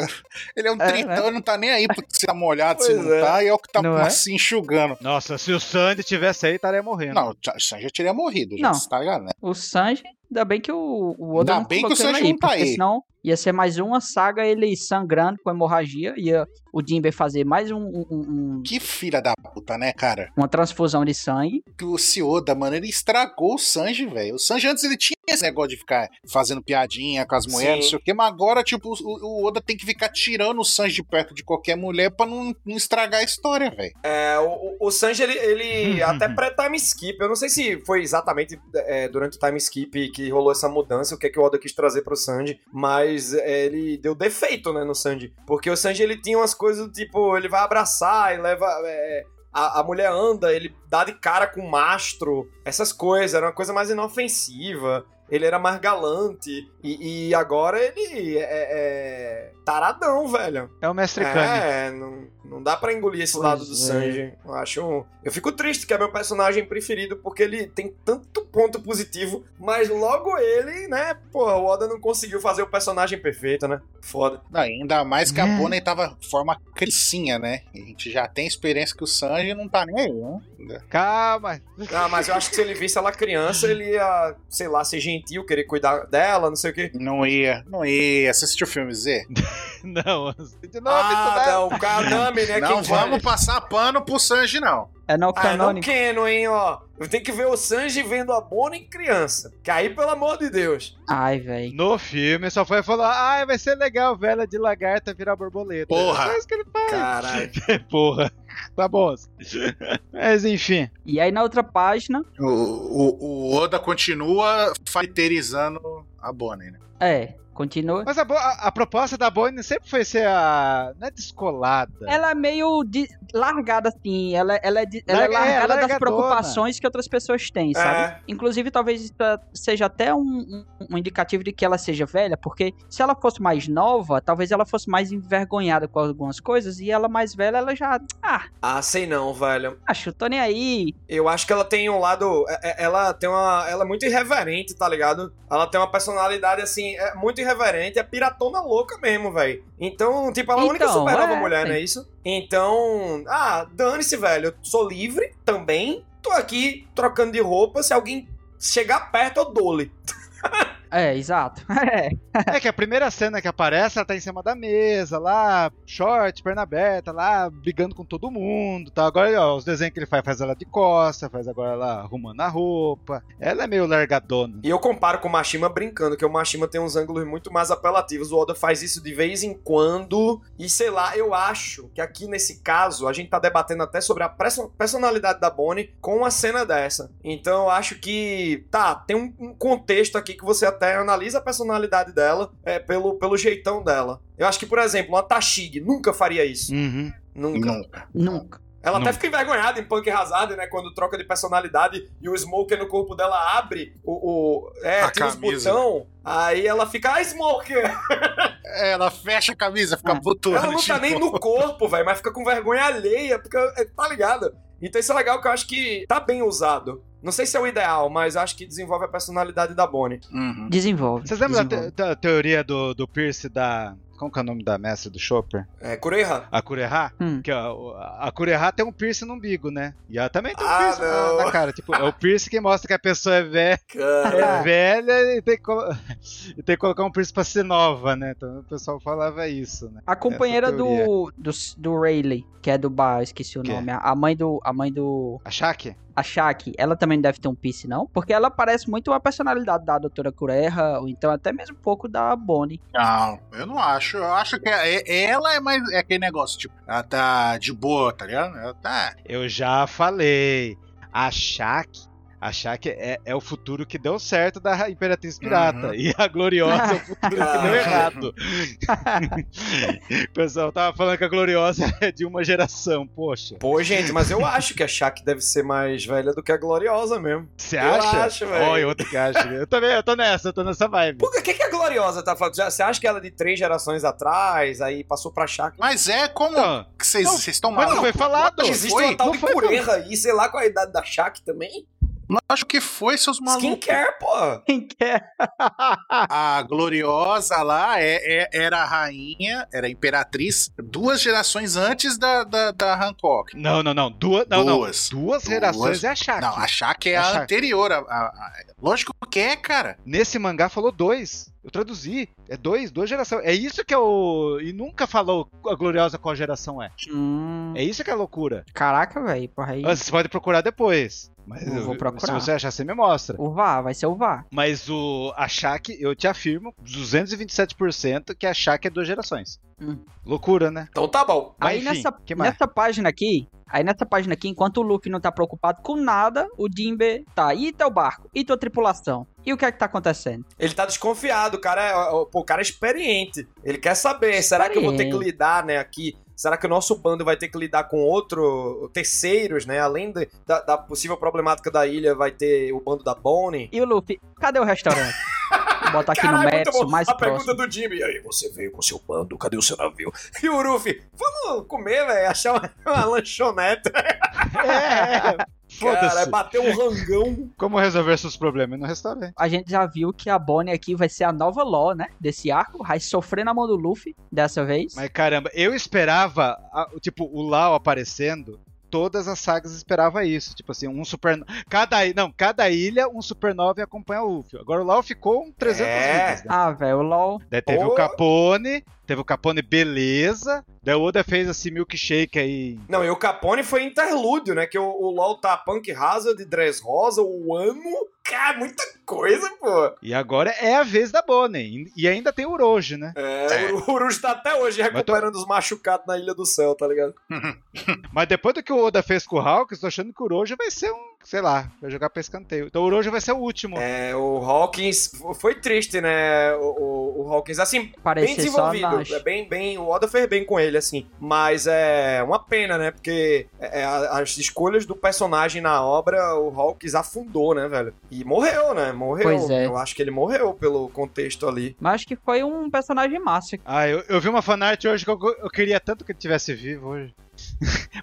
ele é um
É,
tritão, ele não tá nem aí porque você tá molhado, se
Pois
não
é.
tá, e é o que tá
Não é?
se enxugando.
Nossa, se o Sandy tivesse aí, estaria morrendo.
Não, o Sanji já teria morrido, já,
Não.
você tá ligado, né?
O Sanji, ainda bem que o, o Oda
Ainda
não
bem que o
colocou ele
Sanji
aí,
não tá
porque
aí.
senão ia ser mais uma saga ele sangrando com hemorragia, ia o Jinbe fazer mais um- um- um-
Que filha da puta, né, cara?
uma transfusão de sangue.
Que O Cioda, mano, ele estragou o Sanji, velho. O Sanji antes ele tinha esse negócio de ficar fazendo piadinha com as mulheres,
Sim.
não sei o quê, mas agora, tipo, o, o Oda tem que ficar tirando o Sanji de perto de qualquer mulher pra não, não estragar a história, velho.
É, o, o- o Sanji, ele, ele até pré-time skip. Eu não sei se foi exatamente é, durante o time skip que rolou essa mudança, o que, é que o Oda quis trazer pro Sanji, mas é, ele deu defeito, né, no Sanji. Porque o Sanji, ele tinha umas coisas, do tipo, ele vai abraçar e leva... é, a, a mulher anda, ele dá de cara com o mastro, essas coisas, era uma coisa mais inofensiva. Ele era mais galante. E, e agora ele é, é taradão, velho.
É o Mestre Kami.
É, não, não dá pra engolir esse
Pois
lado do
é.
Sanji. Eu acho. um- Eu fico triste que é meu personagem preferido, porque ele tem tanto ponto positivo, mas logo ele, né? Porra, o Oda não conseguiu fazer o personagem perfeito, né? Foda.
Não, Ainda mais que a
É.
Bonnie tava forma cricinha, né? A gente já tem experiência que o Sanji não tá nem aí, né?
Calma.
Ah, mas eu acho que se ele visse ela criança, ele ia, sei lá, ser gentil, querer cuidar dela, não sei o quê.
Não ia, não ia. Você assistiu o filme Z?
Não, de novo,
Ah,
isso não.
não, o Kanami, né?
não
quem
vamos passar pano pro Sanji, não.
É não
Ah, não
canônico.
Keno, hein, ó. Tem que ver o Sanji vendo a Bonnie criança. Que aí, pelo amor de Deus.
Ai, velho.
No filme só foi falar, ah, vai ser legal velha de lagarta virar borboleta.
Porra.
É só isso que ele faz.
Caralho.
Porra. Tá bom. Mas enfim.
E aí na outra página,
O, o, o Oda continua fighterizando a Bonnie, né?
é, Continua.
Mas a, Bo- a- a proposta da Bonnie sempre foi ser a. Não é descolada.
Ela é meio de- largada, assim. Ela, ela é, de- ela é
Larga- é,
largada das
largadona.
preocupações que outras pessoas têm, sabe?
É.
Inclusive, talvez isso seja até um, um- um indicativo de que ela seja velha, porque se ela fosse mais nova, talvez ela fosse mais envergonhada com algumas coisas, e ela mais velha, ela já. Ah,
Ah, sei não, velho.
acho, tô nem aí.
Eu acho que ela tem um lado. é- é- Ela tem uma. Ela é muito irreverente, tá ligado? Ela tem uma personalidade, assim, é muito irreverente, é piratona louca mesmo, velho. Então, tipo, ela é a única
Então,
supernova
é,
mulher,
sim.
não é isso? Então. Ah, dane-se, velho. Eu sou livre também. Tô aqui trocando de roupa. Se alguém chegar perto, eu dou-lhe.
É, exato. É.
É que a primeira cena que aparece, ela tá em cima da mesa, lá, short, perna aberta, lá, brigando com todo mundo, tá? Agora, ó, os desenhos que ele faz, faz ela de costa, faz agora ela arrumando a roupa. Ela é meio largadona.
E eu comparo com o Mashima brincando, que o Mashima tem uns ângulos muito mais apelativos. O Oda faz isso de vez em quando. E sei lá, eu acho que aqui nesse caso, a gente tá debatendo até sobre a perso- personalidade da Bonnie com uma cena dessa. Então eu acho que, tá, tem um, um contexto aqui que você até analisa a personalidade dela é, pelo, pelo jeitão dela. Eu acho que, por exemplo, uma Tashig nunca faria isso.
Uhum.
Nunca.
Não.
Nunca.
Ela até
Não.
fica envergonhada em Punk Hazard, né? Quando troca de personalidade e o Smoker no corpo dela abre o. o- é,
A
tem os
camisa.
botão. Aí ela fica, ah, Smoker!
É, Ela fecha a camisa, fica
Ah.
botando.
Ela não tá
tipo,
nem no corpo, velho, mas fica com vergonha alheia, porque é, tá ligado? Então isso é legal que eu acho que tá bem usado. Não sei se é o ideal, mas acho que desenvolve a personalidade da Bonnie.
Uhum.
Desenvolve.
Vocês lembram da,
desenvolve.
te- da teoria do, do Pierce da. Como que é o nome da mestre do Chopper?
É, Kureha?
A Kureha?
Hum.
Que a, a Kureha tem um piercing no umbigo, né? E ela também tem um
Ah,
piercing na,
não.
na cara. Tipo, é o piercing que mostra que a pessoa é velha. é
Cara.
velha e tem, que colo- e tem que colocar um príncipe pra ser nova, né? Então o pessoal falava isso, né?
A companheira
Essa
do, do, do Rayleigh, que é do bar, eu esqueci o
Que é?
nome. A mãe do. A mãe do.
A Shaq?
a Shaq, ela também não deve ter um piercing, não? Porque ela parece muito a personalidade da Doutora Cureha, ou então até mesmo um pouco da Bonnie.
Não, eu não acho. Eu acho que é- ela é mais. É aquele negócio, tipo, ela tá de boa, tá ligado? Ela tá.
Eu já falei. A Shaq. A Shaq é, é o futuro que deu certo da Imperatriz Pirata.
Uhum.
E a Gloriosa é o futuro que deu
Caralho.
errado. o pessoal tava falando que a Gloriosa é de uma geração. Poxa,
Pô, gente, mas eu acho que a Shaq deve ser mais velha do que a Gloriosa mesmo.
você
Eu
acha?
acho, velho.
Olha, outro que acha. Eu também, eu tô nessa, eu tô nessa vibe.
Por que, que que a Gloriosa tá falando? Já- Você acha que ela é de três gerações atrás, aí passou pra Shaq?
Mas é como.
Então,
que Vocês
não,
vocês estão
mas não
malucos?
foi falado.
Não
Existe
foi?
uma tal
Não
de
foi, não.
pureza aí, sei lá qual é a idade da Shaq também.
Lógico que foi, seus malucos. Ah,
Skincare, pô.
Quem quer?
A gloriosa lá é- é- era a rainha, era a imperatriz, duas gerações antes da, da, da Hancock.
Não, não, não. Duas, não, não.
Duas.
Duas gerações é a Shaq.
Não, a Shaq é a,
A Shaq.
anterior. a- a- a- lógico que é, cara.
Nesse mangá falou dois. Eu traduzi. É dois, duas gerações. É isso que é o. E nunca falou a gloriosa qual geração é.
Hum,
É isso que é loucura.
caraca, velho. Porra aí.
Ah, Você pode procurar depois. Mas
Eu vou
Se
procurar.
você achar, você me mostra.
O VAR, vai ser o VAR.
Mas o a Shaq, eu te afirmo, 227% que a Shaq é duas gerações.
Hum.
Loucura, né?
Então tá bom.
Mas
aí
enfim,
nessa,
que mais?
nessa página aqui. Aí nessa página aqui, enquanto o Luffy não tá preocupado com nada, o Jinbe tá. E teu barco? E tua tripulação? E o que é que tá acontecendo?
Ele tá desconfiado, o cara, é- ó, pô, o cara é experiente. Ele quer saber, será que eu vou ter que
Experiente.
lidar, né, aqui? Será que o nosso bando vai ter que lidar com outro, terceiros, né? Além de- da, da possível problemática da ilha, vai ter o bando da Bonnie.
E o Luffy, cadê o restaurante? Vou botar aqui no
Caralho, muito
Metsu,
bom.
mais
A
próximo.
pergunta do Jimmy. E aí, você veio com seu bando, cadê o seu navio? E o Ruffy, vamos comer, velho, achar uma, uma lanchonete.
É, é.
Cara,
Foda-se.
bateu um rangão.
Como resolver seus problemas no restaurante?
a gente já viu que a Bonnie aqui vai ser a nova Law, né? Desse arco. Vai sofrer na mão do Luffy dessa vez.
Mas caramba, eu esperava, a- o- tipo, o Lau aparecendo, todas as sagas esperava isso. Tipo assim, um super. Cada, i- não, cada ilha, um supernova e acompanha o Luffy. Agora o Lau ficou um 300
É.
vidas, né?
Ah, velho, o LOL.
Daí teve
Ô.
o Capone, teve o Capone beleza. Daí o Oda fez esse milkshake aí.
Não, e o Capone foi interlúdio, né? Que o, o LOL tá Punk Hazard, Dress Rosa, o Ano. Cara, muita coisa, pô.
E agora é a vez da Bonnie. E e ainda tem o Orochi, né?
É, O Urus tá até hoje
Mas tô-
recuperando os machucados na Ilha do Céu, tá ligado?
Mas depois do que o Oda fez com o Hawks, tô achando que o Orochi vai ser um sei lá, vai jogar pra escanteio. Então o Orojo vai ser o último.
É, o Hawkins f- foi triste, né? O, o- o Hawkins, assim,
Parecia
bem
só
desenvolvido.
nas-
É bem, bem, o Oda fez bem com ele, assim. Mas é uma pena, né? Porque é, é, a- as escolhas do personagem na obra, o Hawkins afundou, né, velho? E morreu, né? Morreu.
Pois é.
Eu acho que ele morreu pelo contexto ali.
Mas acho que foi um personagem massa.
Ah, eu, eu vi uma fanart hoje que eu, eu queria tanto que ele tivesse vivo hoje.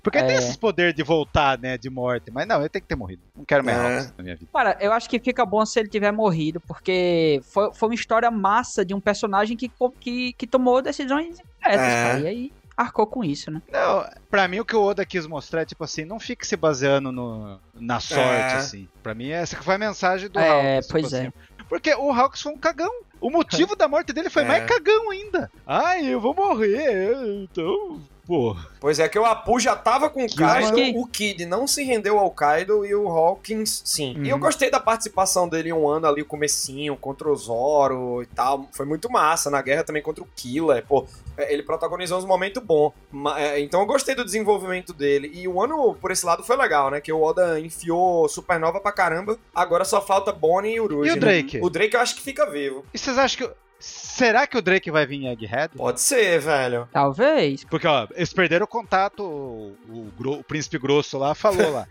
Porque
É.
tem esses poder de voltar, né, de morte. Mas não, ele tem que ter morrido. Não quero mais
É.
Hawkins na minha vida.
Cara, eu acho que fica bom se ele tiver morrido, porque foi, foi uma história massa de um personagem que, co- que, que tomou decisões corretas,
É.
cara. E aí arcou com isso, né?
Não, pra mim o que o Oda quis mostrar é tipo assim, não fique se baseando no, na sorte,
É.
assim. Pra mim essa que foi a mensagem do
É,
Hawks.
pois é.
Porque o Hawks foi um cagão. O motivo da morte dele foi
É.
mais cagão ainda. Ai, eu vou morrer, então... Pô,
Pois é, que o Apu já tava com o
acho
Kaido,
que-
o Kid não se rendeu ao Kaido e o Hawkins, sim.
Uhum.
E eu gostei da participação dele em um ano ali, o comecinho, contra o Zoro e tal. Foi muito massa, na guerra também contra o Killer, pô. é, Ele protagonizou uns momentos bons. Ma- é, Então eu gostei do desenvolvimento dele. E o ano, por esse lado, foi legal, né? Que o Oda enfiou Supernova pra caramba. Agora só falta Bonnie e Uruji.
e o
né?
Drake?
O Drake eu acho que fica vivo.
E vocês acham que... o- Será que o Drake vai vir em Egghead?
Pode ser, velho.
Talvez.
Porque, ó, eles perderam o contato, o, o gro- o príncipe grosso lá falou lá.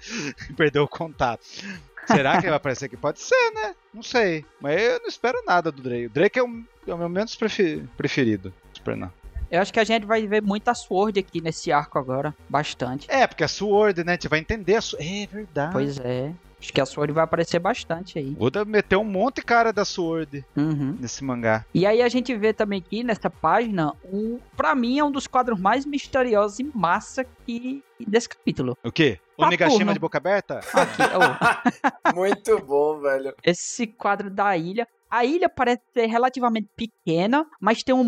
perdeu o contato. Será que ele vai aparecer aqui? Pode ser, né? Não sei. Mas eu não espero nada do Drake. O Drake é, um, é o meu menos prefe- preferido. Super não.
Eu acho que a gente vai ver muita Sword aqui nesse arco agora. Bastante.
É, porque a Sword, né? A gente vai entender a Sword. É verdade.
Pois é. Acho que a Sword vai aparecer bastante aí.
O Oda meteu um monte de cara da Sword
Uhum.
nesse mangá.
E aí a gente vê também aqui nessa página, um, pra mim é um dos quadros mais misteriosos e massa que desse capítulo.
O quê? O
Saturno.
Nigashima de boca aberta?
Aqui, ó,
muito bom, velho.
esse quadro da ilha. A ilha parece ser relativamente pequena, mas tem uma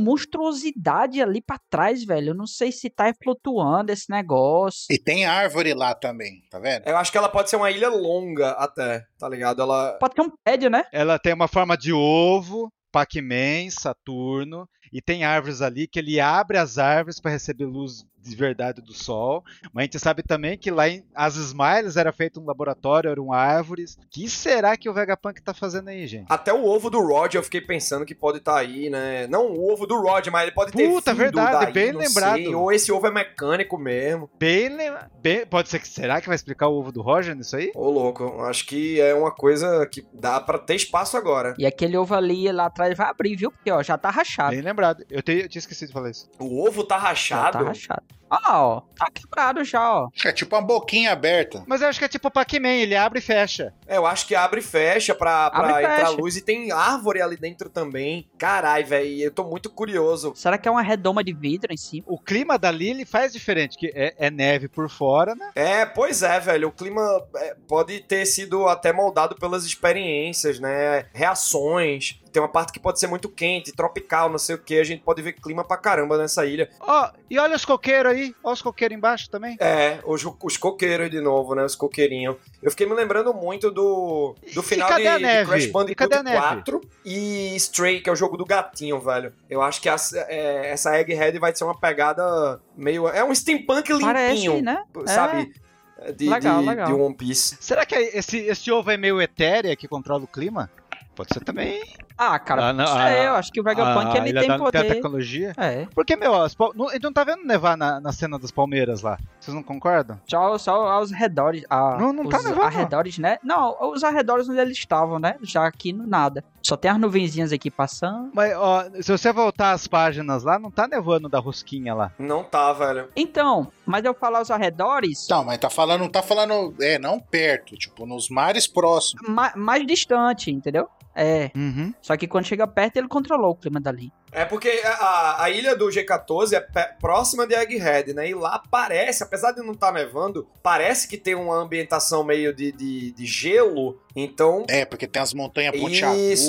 monstruosidade ali pra trás, velho. Eu não sei se tá flutuando esse negócio.
E tem árvore lá também, tá vendo?
Eu acho que ela pode ser uma ilha longa até, tá ligado? Ela.
Pode ter um prédio, né?
Ela tem uma forma de ovo, Pac-Man, Saturno, e tem árvores ali que ele abre as árvores para receber luz de verdade do sol. Mas a gente sabe também que lá em as Smiles era feito um laboratório, eram árvores. que será que o Vegapunk tá fazendo aí, gente?
Até o ovo do Rod eu fiquei pensando que pode estar aí, né? Não o ovo do Rod, mas ele pode ter
Puta,
vindo
verdade,
daí,
bem
não
lembrado.
sei. Ou esse ovo é mecânico mesmo.
Bem, le- bem- pode ser que será que vai explicar o ovo do Roger nisso aí?
Ô, louco, acho que é uma coisa que dá pra ter espaço agora.
E aquele ovo ali lá atrás vai abrir, viu? Porque, ó, já tá rachado.
Bem lembrado. Eu, te- eu tinha esquecido de falar isso.
O ovo tá
Já
rachado.
tá rachado. Ah, ó, tá quebrado já, ó.
É tipo uma boquinha aberta.
Mas eu acho que é tipo o Pac-Man, ele abre e fecha.
É, eu acho que abre e fecha pra, pra
Abre e
entrar
fecha.
luz e tem árvore ali dentro também. Carai, velho, eu tô muito curioso.
Será que é uma redoma de vidro em cima?
O clima dali ele faz diferente, que é, é neve por fora, né?
É, pois é, velho. O clima é, pode ter sido até moldado pelas experiências, né? Reações. Tem uma parte que pode ser muito quente, tropical, não sei o que. A gente pode ver clima pra caramba nessa ilha.
Ó, e olha os coqueiros aí, olha os coqueiros embaixo também.
É, os, os coqueiros de novo, né? Os coqueirinhos. Eu fiquei me lembrando muito do, do final
cadê
de,
a
de
neve?
Crash
E cadê
Bandicoot
a neve?
4 e Stray, que é o jogo do gatinho, velho. Eu acho que essa, é, essa Egghead vai ser uma pegada meio... É um steampunk limpinho,
Parece, né?
sabe?
É.
De,
Legal,
de-
legal.
de One Piece.
Será que esse, esse ovo é meio etérea que controla o clima? Pode ser também.
Ah, cara,
Ah, não,
não sei,
ah, é tá
eu acho que o Vegapunk ele tem
Tem a
poder.
tecnologia.
É,
Porque, meu, as pal- não- ele não tá vendo nevar na, na cena das palmeiras lá. Vocês não concordam?
só, só aos redores. ah,
Não, não tá
os
nevando, não.
arredores, né? Não, os arredores onde eles estavam, né? Já aqui no nada. Só tem as nuvenzinhas aqui passando.
Mas, ó, se você voltar as páginas lá, não tá nevando da rosquinha lá.
Não tá, velho.
Então, mas eu falar os arredores
Não, mas tá falando, não tá falando, é, não perto, tipo, nos mares próximos.
ma- mais distante, entendeu? É.
Uhum.
Só que quando chega perto, ele controlou o clima dali.
É porque a- a, a ilha do G14 é pe- próxima de Egghead, né? E lá parece, apesar de não estar nevando, parece que tem uma ambientação meio de, de, de gelo. Então,
É, porque tem as montanhas
Isso.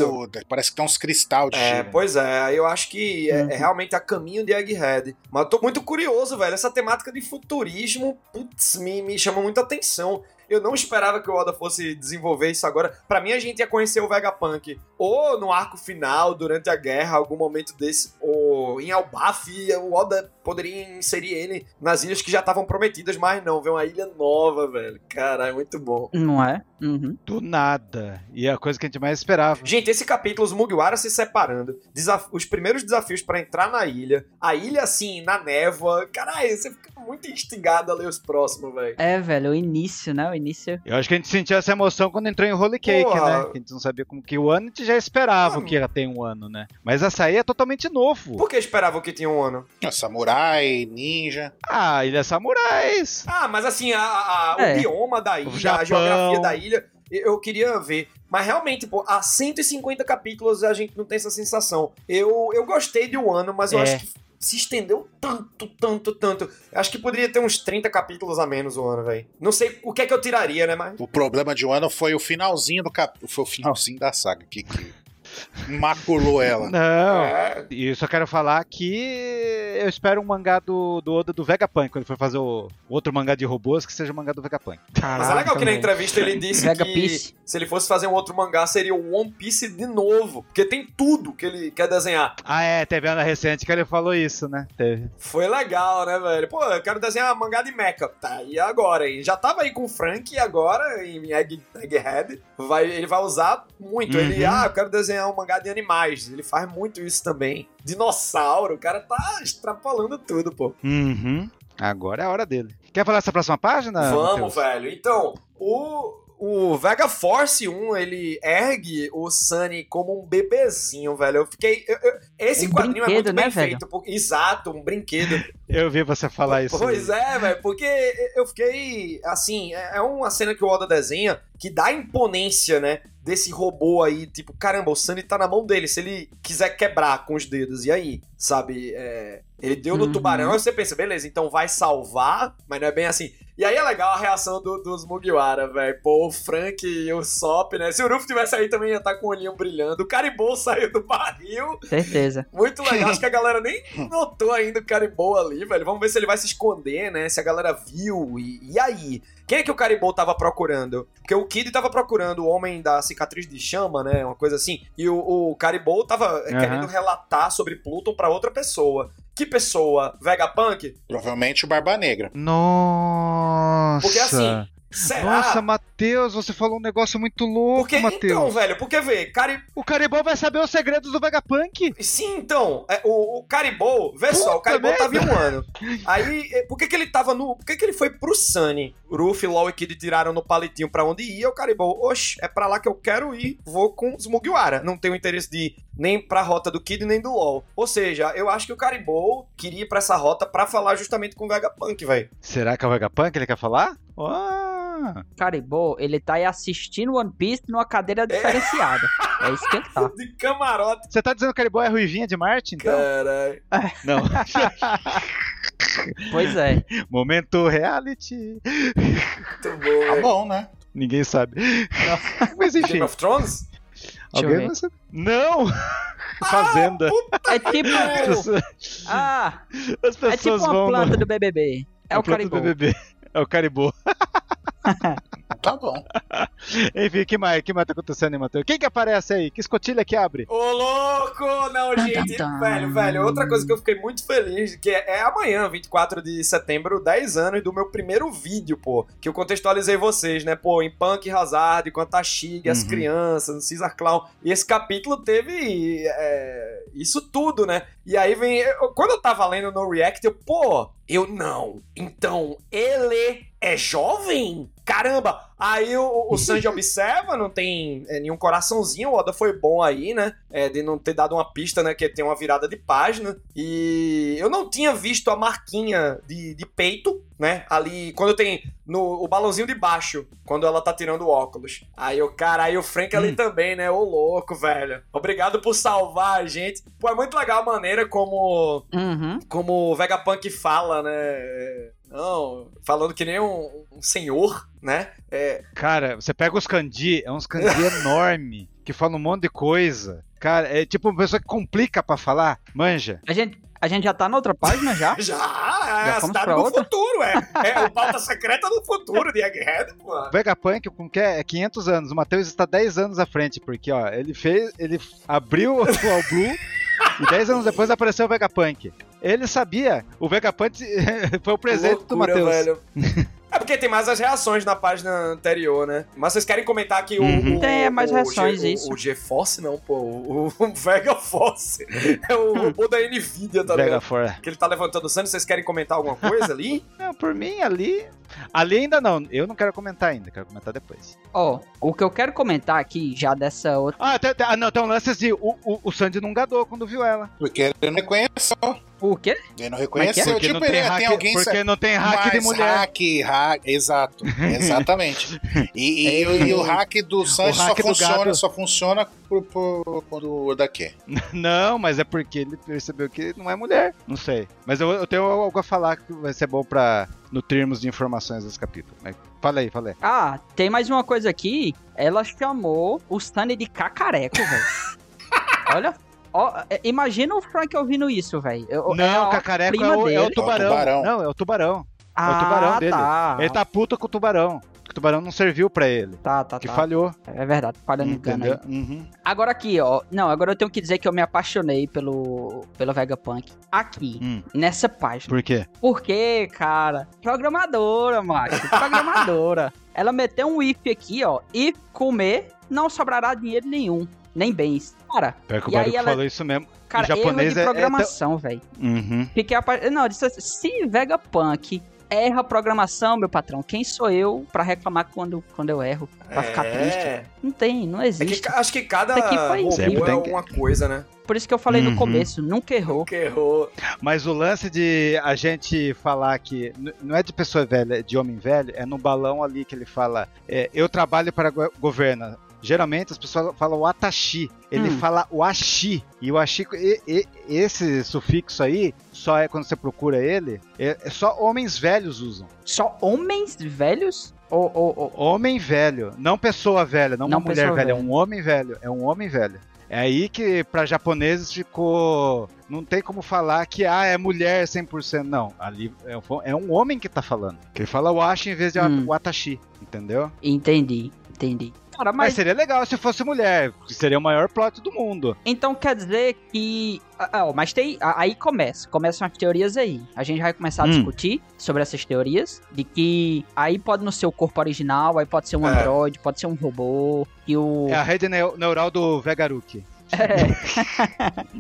pontiagudas, parece que tem uns cristal de
É,
gelo.
pois é, aí eu acho que é,
Uhum.
é realmente a caminho de Egghead. Mas eu tô muito curioso, velho. Essa temática de futurismo, putz, me, me chama muita atenção. Eu não esperava que o Oda fosse desenvolver isso agora. Pra mim, a gente ia conhecer o Vegapunk ou no arco final, durante a guerra, algum momento desse, ou o, em Albaf, o Oda poderia inserir ele nas ilhas que já estavam prometidas, mas não, vê uma ilha nova, velho. Cara, é muito bom.
Não é? Uhum.
Do nada. E é a coisa que a gente mais esperava.
Gente, esse capítulo, os Mugiwara se separando, desaf- os primeiros desafios pra entrar na ilha, a ilha assim, na névoa. Caralho, você fica muito instigado a ler os próximos, velho.
É, velho, o início, né? O início.
Eu acho que a gente sentiu essa emoção quando entrou em Holy Cake,
Porra.
né? Que a gente não sabia como que o ano, a gente já esperava
Mano.
que ia ter um ano, né? Mas açaí é totalmente novo.
Por que esperavam que tinha um ano?
Samurai, ninja.
Ah, Ilha Samurais.
Ah, mas assim, a, a- a-
É.
o bioma da ilha, a
Japão.
geografia da ilha, eu eu queria ver. Mas realmente, pô, há 150 capítulos a gente não tem essa sensação. Eu, eu gostei de um ano, mas eu
É.
acho que se estendeu tanto, tanto, tanto. Acho que poderia ter uns 30 capítulos a menos o ano, velho. Não sei o que é que eu tiraria, né, mas.
O problema de Wano foi o finalzinho do cap... Foi o finalzinho da saga. Que, que maculou ela.
Não.
É.
E eu só quero falar que eu espero um mangá do, do Oda do Vegapunk, quando ele for fazer o outro mangá de robôs, que seja o mangá do Vegapunk.
Mas é legal que na entrevista ele disse
Mega
que
Piece.
se ele fosse fazer um outro mangá seria o One Piece de novo, porque tem tudo que ele quer desenhar.
Ah, é, teve ano recente que ele falou isso, né? Teve.
Foi legal, né, velho? Pô, eu quero desenhar mangá de mecha. Tá, e agora, hein? Já tava aí com o Frank e agora, em Egg, Egghead, vai, ele vai usar muito. Ele,
Uhum.
ah, eu quero desenhar um mangá de animais. Ele faz muito isso também. Dinossauro, o cara tá extrapolando tudo, pô.
Uhum. Agora é a hora dele. Quer falar essa próxima página? Matheus?
Vamos, velho. Então, o, o Vega Force 1, ele ergue o Sunny como um bebezinho, velho. Eu fiquei... eu- eu- esse
Um
quadrinho é muito
brinquedo, né,
bem
velho?
feito. pô. Exato, um brinquedo.
Eu vi você falar isso.
Pois é, velho, porque eu fiquei. Assim, é é uma cena que o Oda desenha que dá imponência, né? Desse robô aí, tipo, caramba, o Sunny tá na mão dele. Se ele quiser quebrar com os dedos, e aí? Sabe? é, ele deu no
Uhum.
tubarão, aí você pensa, beleza, então vai salvar, mas não é bem assim. E aí é legal a reação do- dos Mugiwara, velho. Pô, o Frank e o Sop, né? Se o Ruff tivesse aí também ia estar com o olhinho brilhando. O Caribou saiu do barril.
Certeza.
Muito legal, acho que a galera nem notou ainda o Caribou ali, velho. Vamos ver se ele vai se esconder, né? Se a galera viu. E, e aí? Quem é que o Caribou tava procurando? Porque o Kid tava procurando o homem da cicatriz de chama, né? Uma coisa assim. E o, o Caribou tava eh,
Aham.
querendo relatar sobre Pluton pra outra pessoa. Que pessoa? Vegapunk?
Provavelmente o Barba Negra.
Nossa.
Porque assim, Será?
Nossa, Matheus, você falou um negócio muito louco,
porque,
Matheus.
então, velho, porque vê, Cari...
O Caribou vai saber os segredos do Vegapunk.
Sim, então, é, o, o Caribou, vê só, o
Puta
Caribou
merda.
tava em um ano. Aí, é, por que que ele tava no... Por que que ele foi pro Sunny? Ruffy, Law e Kid tiraram no palitinho pra onde ia, o Caribou, oxe, é pra lá que eu quero ir, vou com os Mugiwara. Não tenho interesse de ir nem pra rota do Kid, nem do LoL. Ou seja, eu acho que o Caribou queria ir pra essa rota pra falar justamente com o Vegapunk, velho.
Será que é o Vegapunk que ele quer falar? Ah.
Caribou, ele tá aí assistindo One Piece numa cadeira diferenciada. É isso que ele tá.
De camarote.
Você tá dizendo que o Caribou é ruivinha de Marte, então?
Caralho.
Não.
Pois é.
Momento reality.
Muito bom,
Tá
velho.
bom, né?
Ninguém sabe. Mas enfim,
Game of Thrones?
Deixa eu
alguém
ver.
vai saber. Não! Ah, Fazenda.
É tipo.
As pessoas,
Ah,
as
é
pessoas
tipo uma
vão.
planta
no-
do BBB. É
a
o
planta do
caribou.
bebê. É o caribou.
Tá bom.
Enfim, que mais? que mais tá acontecendo, hein, Matheus? Quem que aparece aí? Que escotilha que abre?
Ô, louco! Não, gente.
tum, tum.
Velho, velho, outra coisa que eu fiquei muito feliz, que é, é amanhã, 24 de setembro, 10 anos do meu primeiro vídeo, pô. Que eu contextualizei vocês, né? Pô, em Punk Hazard, com a Tashig, as
Uhum.
crianças, no Caesar Clown. E esse capítulo teve é, isso tudo, né? E aí vem... eu- quando eu tava lendo no React, eu... Pô, eu não. Então, ele... É jovem? Caramba! Aí o, o Sanji observa, não tem é, nenhum coraçãozinho, o Oda foi bom aí, né? É, de não ter dado uma pista, né? Que tem uma virada de página. E eu não tinha visto a marquinha de, de peito, né? Ali, quando tem no, o balãozinho de baixo, quando ela tá tirando o óculos. Aí o cara, aí o Frank
Hum.
ali também, né? Ô louco, velho. Obrigado por salvar a gente. Pô, é muito legal a maneira como
Uhum.
como o Vegapunk fala, né? É, Não, falando que nem um, um senhor, né? É,
Cara, você pega os candi, é uns candi enorme, que fala um monte de coisa. Cara, é tipo uma pessoa que complica pra falar. Manja.
A gente, a gente já tá na outra página já?
já, é a
fomos
cidade
pra
do
outra?
futuro, é. É o pauta secreta do futuro de Egghead, pô.
O Vegapunk, como que é? É 500 anos. O Matheus está 10 anos à frente, porque, ó, ele fez. Ele abriu o All Blue E 10 anos depois apareceu o Vegapunk. Ele sabia, o Vegapunk foi o presente do
Loucura,
Matheus.
velho. É porque tem mais as reações na página anterior, né? Mas vocês querem comentar que o-
Uhum.
o.
Tem é mais
o
reações,
G- o-
isso.
O GeForce não, pô. O, o Vega Force. É o robô da NVIDIA, tá
Vega
ligado?
Force.
Que ele tá levantando o sangue. Vocês querem comentar alguma coisa ali?
é. Não, por mim, ali. Ali ainda não. Eu não quero comentar ainda, quero comentar depois.
Ó, o que eu quero comentar aqui, já dessa outra.
Ah, tem, tem- ah, não, tem um lance assim. O, o, o Sandy não gadou quando viu ela.
Porque ele não reconheceu.
O quê?
Ele não
Como é que
reconheceu.
Porque,
Tipo,
não,
ele,
tem
tem
hack,
alguém sa-
porque não tem hack de
Mas
mulher.
Hack, hack, exato. Exatamente. E, e- e o- e o hack do Sanji só
hack do
funciona,
gato.
só funciona por, por, quando o Oda quer.
Não, mas é porque ele percebeu que não é mulher. Não sei. Mas eu, eu tenho algo a falar que vai ser bom pra nutrirmos de informações desse capítulo. Mas fala aí, fala aí.
Ah, tem mais uma coisa aqui. Ela chamou o Stanley de cacareco, velho. Olha. Ó, é, imagina o Frank ouvindo isso, velho. Eu- é
não,
a
o cacareco é
prima
o, é o
dele.
tubarão.
É o tubarão.
Não, é o tubarão.
ah,
tubarão dele.
Tá.
Ele tá puto com o tubarão. O tubarão não serviu pra ele.
tá, tá,
Que
tá.
falhou.
É verdade, falha no engano aí.
Entendeu? Uhum.
Agora aqui, ó. Não, agora eu tenho que dizer que eu me apaixonei pelo, pelo Vegapunk. Aqui,
Hum,
nessa página.
por quê?
Porque, cara, programadora, macho. Programadora. Ela meteu um if aqui, ó. If comer, não sobrará dinheiro nenhum. Nem bens. Cara,
Pior que o
E aí
Baruco
ela-
falou isso mesmo.
cara, erro
japonês
de
é- é tão-
programação, velho.
Uhum.
Fiquei apa... Não, eu disse assim, se Vegapunk erra a programação, meu patrão, quem sou eu pra reclamar quando, quando eu erro? Pra ficar triste?
é.
Não tem, não
É que
existe.
ca- acho que cada
Isso aqui foi
robô
Sempre
é
tem que-
uma coisa, né?
Por isso que eu falei
Uhum.
no começo, nunca errou.
Que errou.
Mas o lance de a gente falar que n- não é de pessoa velha, é de homem velho, é no balão ali que ele fala: é, eu trabalho para go governo. Geralmente as pessoas falam o atashi, ele
Hum.
fala o ashi. E o ashi, e- e- esse sufixo aí, só é quando você procura ele, é, é só homens velhos usam.
Só homens velhos? Ou, ou, ou-
Homem velho, não pessoa velha, não,
Não
uma mulher
pessoa
velha, é
velha.
um homem velho, é um homem velho. É aí que para japoneses ficou, não tem como falar que ah, é mulher 100%, não. Ali é, um- é um homem que tá falando. Que ele fala o ashi em vez de
Hum.
o atashi, entendeu?
Entendi, entendi. Cara,
Mas...
mas
seria legal se fosse mulher, que seria o maior plot do mundo.
então quer dizer que. Ah, ah, mas tem. ah, Aí começa. Começam as teorias aí. A gente vai começar a
Hum.
discutir sobre essas teorias. De que aí pode não ser o corpo original, aí pode ser um
É.
androide, pode ser um robô. E o.
É a rede neu- neural do Vegaruki.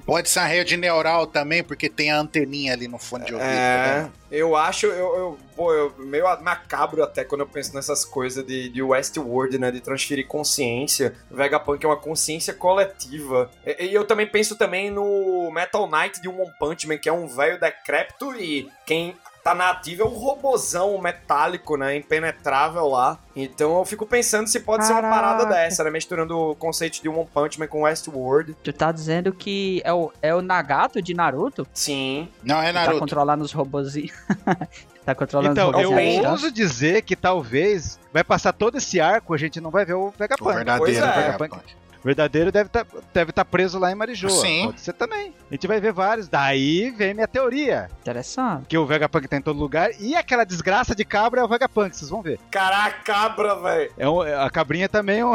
Pode ser a rede neural também, porque tem a anteninha ali no fundo de ouvido. tá
É,
vendo?
eu acho, eu, eu, pô, eu- meio macabro até quando eu penso nessas coisas de, de Westworld, né? De transferir consciência. Vegapunk é uma consciência coletiva. E, e eu também penso também no Metal Knight de One Punch Man, que é um velho decrépito e quem tá na ativa é um robozão metálico, né? Impenetrável lá. Então eu fico pensando se pode ser uma
Caraca.
parada dessa, né? Misturando o conceito de One Punch Man com Westworld.
Tu tá dizendo que é o, é o Nagato de Naruto?
Sim.
Não é,
Que Tá
Naruto?
controlando os robôzinhos. tá controlando
Então,
os
eu
robôzinhos.
penso-
tá?
ouso dizer que talvez vai passar todo esse arco, a gente não vai ver o
O
Vegapunk.
verdadeiro
Pois é.
Vegapunk.
verdadeiro deve estar deve tá preso lá em Marijoa.
Sim.
Pode ser também. A gente vai ver vários. Daí vem minha teoria.
Interessante.
Que o Vegapunk tá em todo lugar. E aquela desgraça de cabra é o Vegapunk, vocês vão ver.
Caraca, cabra, velho.
É um- a cabrinha também é um.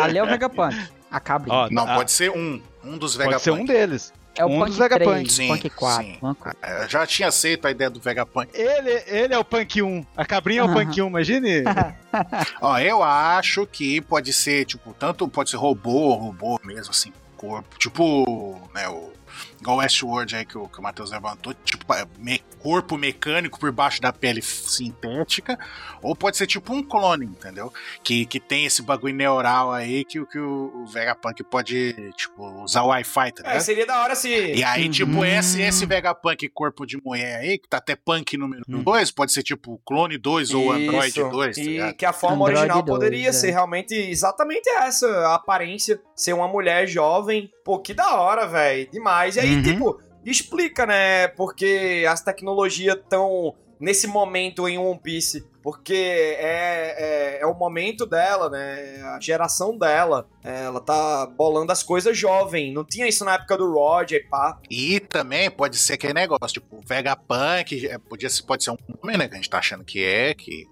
Ali é o Vegapunk. A cabrinha.
ó,
Não,
a-
pode ser um. Um dos
pode
Vegapunk.
ser um deles.
É o
Um
Punk
dos
3,
Vegapunk.
Sim,
Punk 4.
sim.
Punk...
Eu É, já tinha aceito a ideia do Vegapunk.
Ele, ele é o Punk 1. A cabrinha é o
Aham.
Punk 1, imagine.
Ó, eu acho que pode ser, tipo, tanto pode ser robô, robô mesmo, assim, corpo. Tipo, né, o. Igual o Westworld aí que o, que o Matheus levantou, tipo, é, me- corpo mecânico por baixo da pele f- sintética, ou pode ser tipo um clone, entendeu? Que, que tem esse bagulho neural aí que, o- que o, o Vegapunk pode, tipo, usar o Wi-Fi, tá
É,
ligado?
seria da hora se.
E aí,
Uhum.
tipo, esse, esse Vegapunk corpo de mulher aí, que tá até punk número 2, pode ser tipo clone 2 ou Android
Hum. Isso.
2, tá
E
ligado?
que a forma
Android
original
2,
poderia
é.
ser realmente exatamente essa, a aparência, ser uma mulher jovem. Pô, que da hora, velho. Demais. E aí,
Uhum.
tipo, explica, né? Porque as tecnologias tão nesse momento em One Piece. Porque é, é, é o momento dela, né? A geração dela. Ela tá bolando as coisas jovem. Não tinha isso na época do Roger, pá.
E também pode ser aquele negócio, tipo, Vegapunk, é, podia, ser- pode ser um homem, né? Que a gente tá achando que é, que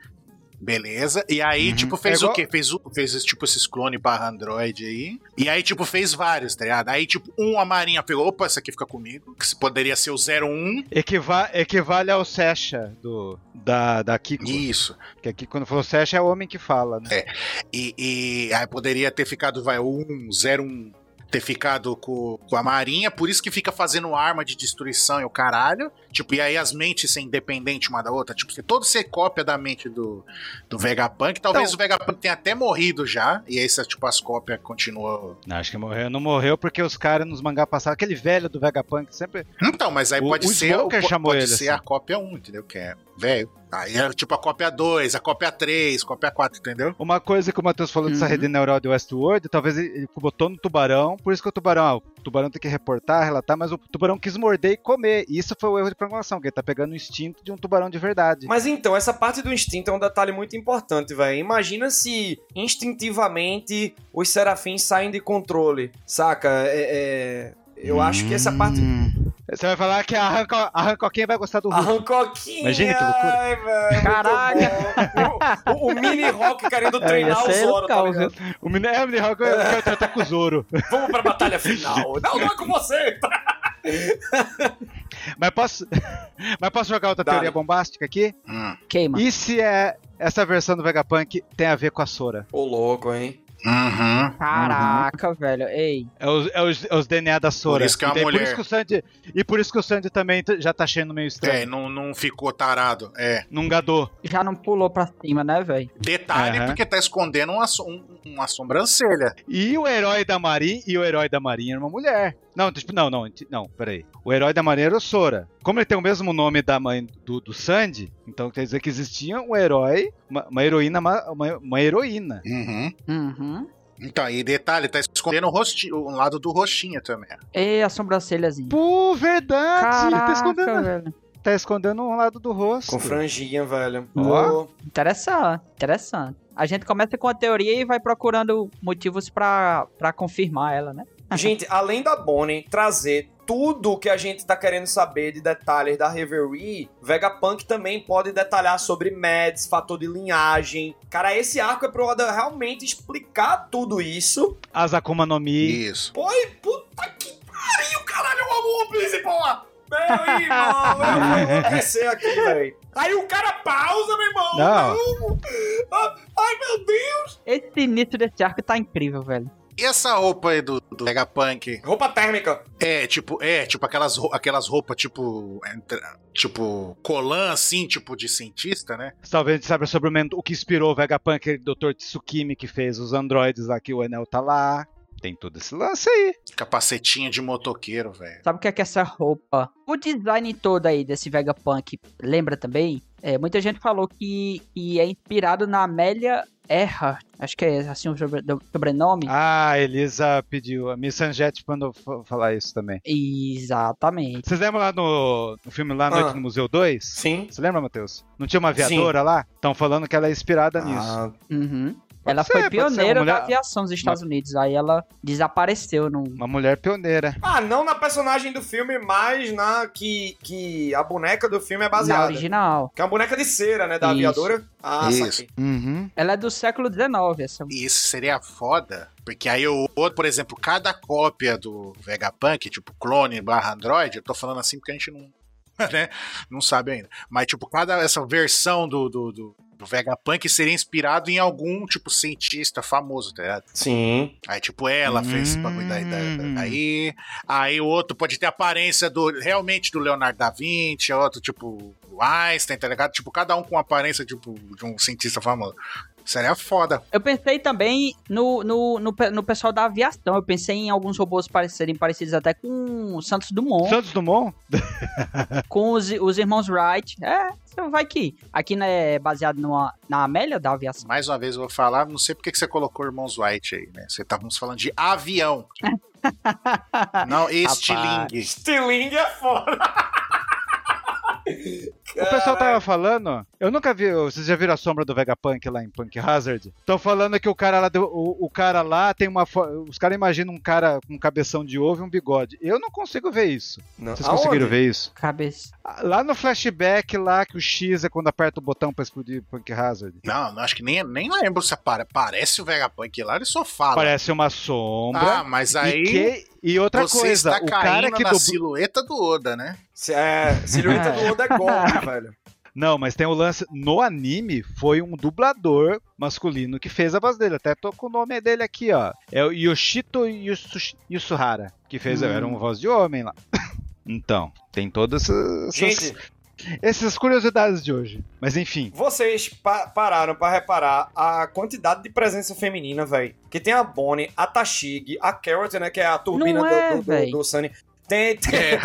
Beleza. E aí,
Uhum.
tipo, fez
É igual-
o quê? Fez, o- fez esse, tipo esses clone barra Android aí. E aí, tipo, fez vários, tá ligado? Aí, tipo, um a Marinha pegou, opa, esse aqui fica comigo. Que se- poderia ser o 01.
Equiva- equivale ao Sesha do, da, da Kiko.
Isso.
Que aqui, quando falou Sesha, é o homem que fala, né?
E, e aí poderia ter ficado, vai, o 1, 01. Ter ficado com, com a Marinha, por isso que fica fazendo arma de destruição e o caralho. Tipo, e aí as mentes ser independentes uma da outra. Tipo, todo ser cópia da mente do, do Vegapunk. Talvez
Então-
o Vegapunk tenha até morrido já. E aí, essa, tipo, as cópias continuam
Não, acho que morreu. Não morreu porque os caras nos mangá passaram. Aquele velho do Vegapunk sempre.
Então, mas aí
O-
pode
o
ser,
Smoker
po-
chamou
pode
ele,
ser
assim.
a cópia 1, entendeu? Que é velho. Aí é tipo a cópia 2, a cópia 3, cópia 4, entendeu?
Uma coisa que o Matheus falou dessa
Uhum.
rede neural de Westworld, talvez ele ele botou no tubarão. Por isso que o tubarão, ah, o tubarão tem que reportar, relatar, mas o tubarão quis morder e comer. E isso foi o erro de programação, que ele tá pegando o instinto de um tubarão de verdade.
Mas então, essa parte do instinto é um detalhe muito importante, velho. Imagina se instintivamente os serafins saem de controle, saca? É, é, Eu acho que essa parte.
Hum. Você vai falar que arranca, arranca quem vai gostar do
A
Hulk.
Hancoquinha!
Imagina que loucura.
Ai, velho, Caraca! O, o- o mini rock querendo
É,
treinar
ia
o
ser
Zoro, tá
legal,
ligado?
O Minerva de Hulk eu quero tratar com o Zoro.
Vamos pra batalha final. Não, não é com você!
Mas posso, mas posso jogar outra
Dá.
teoria bombástica aqui?
Hum,
Queima.
E se é essa versão do Vegapunk tem a ver com a Sora?
Ô, louco, hein?
Uhum.
Caraca, velho. Ei.
É os, é os- é os DNA da Sora.
Por isso que é uma
E daí-
mulher.
Por isso que o Sandy, e por isso que o Sandy também t- já tá achando meio estranho.
É, não, não ficou tarado. É.
Num gadô.
Já não pulou pra cima, né, velho?
Detalhe,
Aham.
porque tá escondendo uma, so- um- uma sobrancelha.
E o herói da Marinha e o herói da Marinha era uma mulher. Não, tipo, não, não, enti- não, peraí. O herói da Marinha era o Sora. Como ele tem o mesmo nome da mãe do, do Sandy, então quer dizer que existia um herói, uma, uma heroína, ma- uma, uma heroína.
Uhum.
Uhum.
Então, e detalhe, tá escondendo o rostinho, um lado do roxinho também.
Ei, a sobrancelhazinha.
Pô, verdade! Tá
Caraca,
escondendo,
velho.
tá escondendo um lado do rosto.
Com franjinha, velho.
Ó.
Ô,
Interessante, interessante. A gente começa com a teoria e vai procurando motivos pra, pra confirmar ela, né?
Gente, além da Bonnie trazer tudo que a gente tá querendo saber de detalhes da Reverie, Vegapunk também pode detalhar sobre Mads, fator de linhagem. Cara, esse arco é pro Oda realmente explicar tudo isso.
As Akuma no Mi.
Isso.
Pô, e puta que pariu, caralho, eu amo One Piece, porra! Meu irmão, eu vou enlouquecer aqui, velho. Aí o cara pausa, meu irmão.
Não.
não. Ah, Ai, meu Deus.
Esse início desse arco tá incrível, velho.
E essa roupa aí do, do Vegapunk?
Roupa térmica.
É, tipo, é, tipo aquelas, ro- aquelas roupas, tipo, entra- tipo, colã, assim, tipo, de cientista, né?
Talvez a gente saiba sobre o, men- o que inspirou o Vegapunk, aquele Dr. Tsukimi que fez os androides lá, que o Enel tá lá. Tem todo esse lance aí.
Capacetinha de motoqueiro, velho.
Sabe o que é que essa roupa? O design todo aí desse Vegapunk lembra também? É, muita gente falou que, que é inspirado na Amélia Earhart. Acho que é assim o sobre- do- sobrenome.
Ah, a Elisa pediu. A Miss Angetti mandou fa- falar isso também.
Exatamente.
Vocês lembram lá no, no filme Lá Noite
Ah.
no Museu 2?
Sim.
Você lembra, Matheus? Não tinha uma aviadora lá? Estão falando que ela é inspirada
Ah.
nisso.
Uhum.
Pode
Ela
ser,
foi
pode ser uma
pioneira
mulher-
da aviação nos Estados Unidos. Aí ela desapareceu no.
Uma mulher pioneira.
Ah, não na personagem do filme, mas na que, que a boneca do filme é
Na
baseada.
original.
Que é uma boneca de cera, né? Da
Isso.
aviadora. Ah,
Isso.
saquei.
Uhum.
Ela é do século XIX, essa.
E isso seria foda, porque aí o outro, por exemplo, cada cópia do Vegapunk, tipo clone barra Android, eu tô falando assim porque a gente não, né, não sabe ainda. Mas, tipo, cada essa versão do, do, do, do Vegapunk seria inspirado em algum, tipo, cientista famoso, tá ligado?
Sim.
Aí, tipo, ela fez esse bagulho da, da- da- aí. Aí o outro pode ter a aparência do realmente do Leonardo da Vinci, outro, tipo, o Einstein, tá ligado? Tipo, cada um com a aparência tipo, de um cientista famoso. Seria foda.
Eu pensei também no, no, no, pe- no pessoal da aviação. Eu pensei em alguns robôs parecerem parecidos até com o Santos Dumont,
Santos Dumont?
com os, os irmãos Wright. É, você vai que. Aqui né, é baseado numa, na Amélia da aviação.
Mais uma vez eu vou falar, não sei porque que você colocou Irmãos White aí, né? Você estávamos falando de avião. não, estilingue.
Stiling é foda.
É.
O pessoal tava falando. Eu Eu nunca vi. Vocês já viram a sombra do Vegapunk lá em Punk Hazard? Estão falando que o cara lá. deu- o, o cara lá tem uma. fo- Os caras imaginam um cara com cabeção de ovo e um bigode. Eu não consigo ver isso.
Não.
Vocês conseguiram
Aonde?
ver isso? Ah,
Cabeça.
Lá no flashback, lá que o X é quando aperta o botão pra explodir Punk Hazard.
Não, não, acho que nem, nem lembro se apare- parece o Vegapunk Ah, lá, ele só fala.
Parece uma sombra.
Ah, mas
e,
aí
que- e outra
você
coisa,
está
o
caindo
cara que
na
dublou.
silhueta do Oda, né?
Se- É, silhueta do Oda é golpe, velho.
Não, mas tem o lance. No anime, foi um dublador masculino que fez a voz dele. Até tô com o nome dele aqui, ó. É o Yoshito Yusu- Yusuhara, que fez.
Hum.
Era uma voz de homem lá. Então, tem todas essas,
Gente,
essas curiosidades de hoje. Mas enfim.
vocês pa- pararam pra reparar a quantidade de presença feminina, velho. Que tem a Bonnie, a Tashig, a Carrot, né? Que é a turbina
Não
do,
é,
do, do,
véi.
do Sunny. Tem, tem,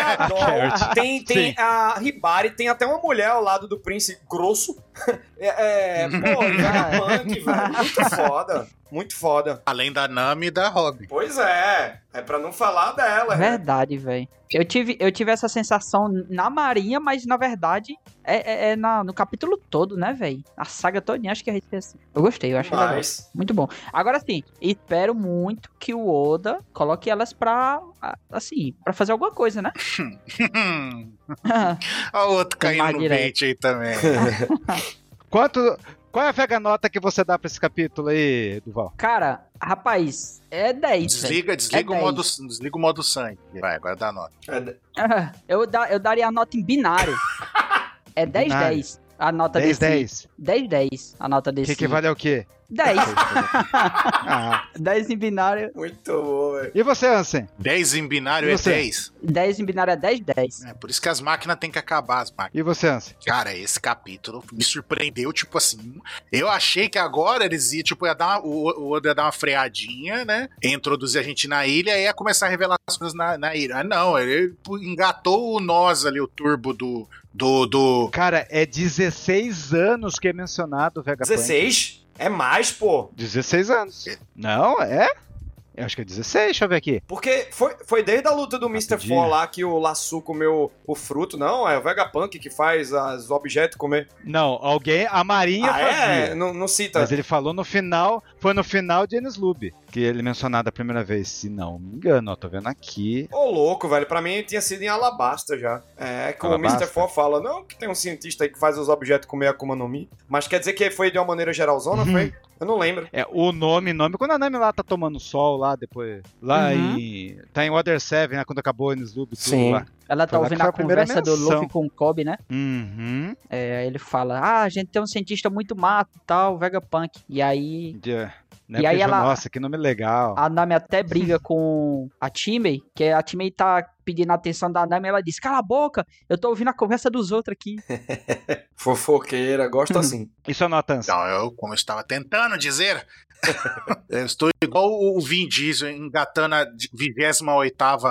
a Dol,
É. Carrot.
tem, tem
Sim.
a Ribari, tem até uma mulher ao lado do Prince grosso. É, é,
Uhum.
pô, Vegapunk, velho. Muito foda. Muito foda.
Além da Nami e da Robin.
Pois é. É pra não falar dela, né?
Verdade, velho. Eu tive, eu tive essa sensação na Marinha, mas na verdade é, é- é na- no capítulo todo, né, velho? A saga toda, acho que é assim. Eu gostei, eu achei legal.
Mas,
Muito bom. Agora sim, espero muito que o Oda coloque elas pra. a- Assim, pra fazer alguma coisa, né?
Hum. Olha o outro
Tem
caindo no
Maguire.
bait aí também.
Quanto. Qual é a vega nota que você dá pra esse capítulo aí, Duval?
Cara, rapaz, é 10. velho.
Desliga, desliga,
É
o modo, desliga o modo sangue. Vai, agora dá nota.
é,
Eu, da- eu daria a nota em binário. é 10,
Binário.
10. A nota
10,
desse.
10.
10, 10. A nota
Que
desse.
equivale ao quê?
10.
Ah.
10 em binário.
muito bom, velho.
E você, Ansem?
10 em binário
E
é
você?
10.
10 em binário é 10, 10.
É, por isso que as máquinas têm que acabar, as máquinas.
E você, Ansem?
Cara, esse capítulo me surpreendeu, tipo assim. Eu achei que agora eles iam, tipo, ia dar uma, o o Oda ia dar uma freadinha, né? Ia Introduzir a gente na ilha e ia começar a revelar as coisas na, na ilha. Ah, não, ele pu- engatou o nós ali, o turbo do. do. do.
Cara, é 16 anos que é mencionado o Vegapunk.
16? É mais, pô.
16 anos. Não, é? Eu acho que é 16, deixa eu ver aqui.
Porque foi, foi desde a luta do Mr.
Rapidinho.
Four lá que o Laçu comeu o fruto. Não, é o Vegapunk que faz os objetos comer.
Não, alguém, a Marinha
Ah,
fazia.
é? Não, não cita.
Mas ele falou no final, foi no final de Enes Lube, que ele é mencionado a primeira vez, se não me engano, ó, tô vendo aqui.
Ô, louco, velho. Pra mim tinha sido em Alabasta já. É, que o
Alabasta?
Mr. Four fala, não, que tem um cientista aí que faz os objetos comer Akuma no Mi. Mas quer dizer que foi de uma maneira
Uhum.
geralzona, foi? Eu não lembro.
É, o nome, nome, quando a Nami lá tá tomando sol lá depois, lá
Uhum.
em, tá em Water 7, né, quando acabou Enes Lube, tudo
Sim.
lá.
Ela tá
Foi lá
ouvindo
que foi
a
a primeira
conversa do
menção.
Luffy com o Kobe, né?
Uhum.
É, aí ele fala: Ah, a gente tem um cientista muito mato e tal, Vegapunk. E aí
De- né,
E aí
porque,
ela-
Nossa, que nome legal.
a Nami até briga com a Timei, que a Timei tá pedindo a atenção da Nami. Ela diz: Cala a boca, eu tô ouvindo a conversa dos outros aqui.
Fofoqueira, gosto assim.
Isso é nota Ansem.
Não, eu, como eu estava tentando dizer, eu estou igual o Vin Diesel engatando a 28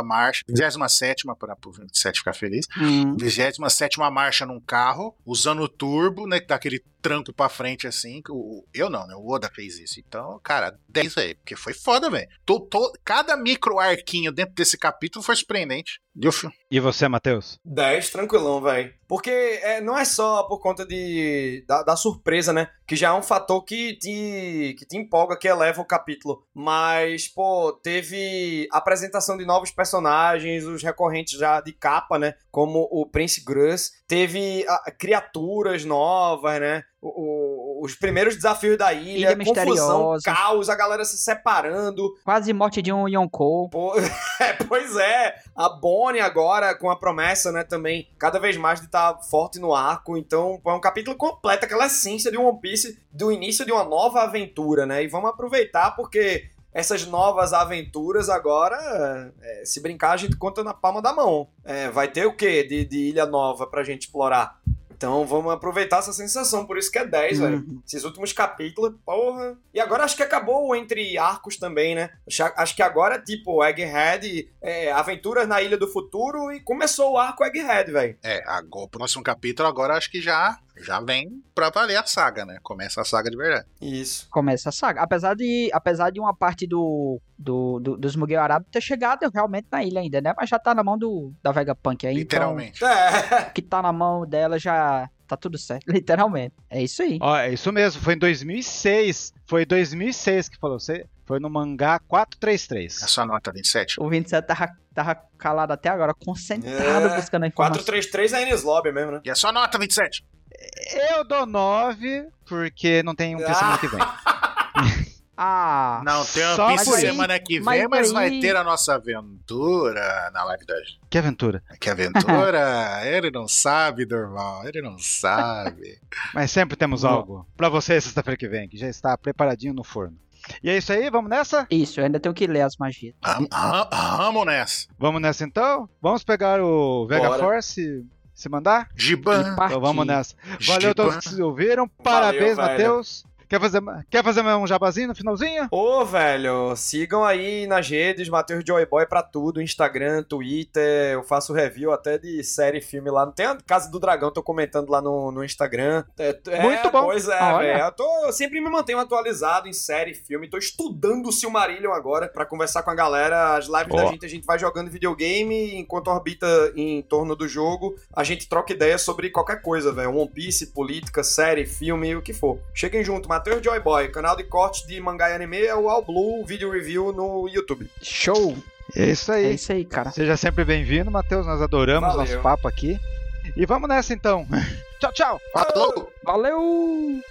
marcha, 27 para o 27 ficar feliz. 27 marcha num carro, usando o turbo, né? Que dá aquele tranco pra frente assim. que o- eu não, né? O Oda fez isso. Então, cara, 10 aí, porque foi foda, velho. Tô- tô- Cada micro arquinho dentro desse capítulo foi surpreendente. E eu fui-
E você, Matheus?
10, tranquilão, velho. Porque é, não é só por conta de, da, da surpresa, né? Que já é um fator que te, que te empolga, que eleva o capítulo. Mas, pô, teve apresentação de novos personagens, os recorrentes já de capa, né? Como o Prince Gruss. Teve ah, criaturas novas, né? O- o- os primeiros desafios da ilha,
Ilha
confusão,
misteriosa.
caos, a galera se separando.
Quase morte de um Yonkou.
Pô, é, pois é, a Bonnie agora com a promessa, né, também, cada vez mais de estar forte no arco, então pô, é um capítulo completo, aquela essência de One Piece, do início de uma nova aventura, né, e vamos aproveitar porque essas novas aventuras agora, é, se brincar, a gente conta na palma da mão. É, vai ter o quê de, de ilha nova pra gente explorar? Então vamos aproveitar essa sensação, por isso que é 10,
Hum.
velho. Esses últimos capítulos, porra. E agora acho que acabou o entre arcos também, né? Acho- Acho que agora, tipo, Egghead, é, Aventuras na Ilha do Futuro e começou o arco Egghead, velho.
É, agora, o próximo capítulo agora acho que já, já vem pra valer a saga, né? Começa a saga de verdade.
Isso.
começa a saga. Apesar de, apesar de uma parte do, do, do- dos Muguel Arábio ter chegado realmente na ilha ainda, né? Mas já tá na mão do, da Vegapunk aí. então,
Literalmente.
É.
o que tá na mão dela já tá tá tudo certo. Literalmente. É isso aí.
Ó, é isso mesmo, foi em 2006. Foi 2006 que falou, você foi no mangá 433.
Essa É nota 27.
O 27 tava, tava calado até agora, concentrado
É,
buscando a informação.
433 é Enes Lobby mesmo, né?
E essa nota 27.
Eu dou 9 porque não tem um
Ah.
pista semana que vem.
Ah,
Não, tem
Só-
uma pista
mas aí-
semana que
mas
vem, mas vai
aí-
ter a nossa aventura na live da gente.
Que aventura.
Que aventura? ele não sabe, Dorval. Ele não sabe.
Mas sempre temos
Não.
algo pra você sexta-feira que vem, que já está preparadinho no forno. E é isso aí, vamos nessa?
isso, eu ainda tenho que ler as magias.
Ah,
Am- am- Amo nessa.
Vamos nessa então? Vamos pegar o Vega
Bora.
Force e se mandar?
Giban.
E partir.
Então vamos nessa. Valeu a todos que se ouviram. Parabéns,
velho.
Matheus. Quer fazer, quer fazer um jabazinho no finalzinho?
Ô, velho, sigam aí nas redes, Matheus Joyboy pra tudo, Instagram, Twitter, eu faço review até de série e filme lá. Tem a Casa do Dragão, tô comentando lá no, no Instagram. É, é,
Muito bom.
Pois é,
Olha.
velho. Eu, tô- eu sempre me mantenho atualizado em série e filme, tô estudando o Silmarillion agora pra conversar com a galera. As lives da
Boa.
gente, a gente vai jogando videogame, enquanto orbita em torno do jogo, a gente troca ideia sobre qualquer coisa, velho. One Piece, política, série, filme, o que for. Cheguem junto, Matheus Joyboy, canal de corte de mangá e anime é o All Blue Video Review no YouTube.
Show!
É isso aí.
É isso aí, cara.
Seja sempre bem-vindo, Matheus. Nós adoramos
Valeu.
nosso papo aqui. E vamos nessa então. tchau, tchau.
Falou!
Valeu!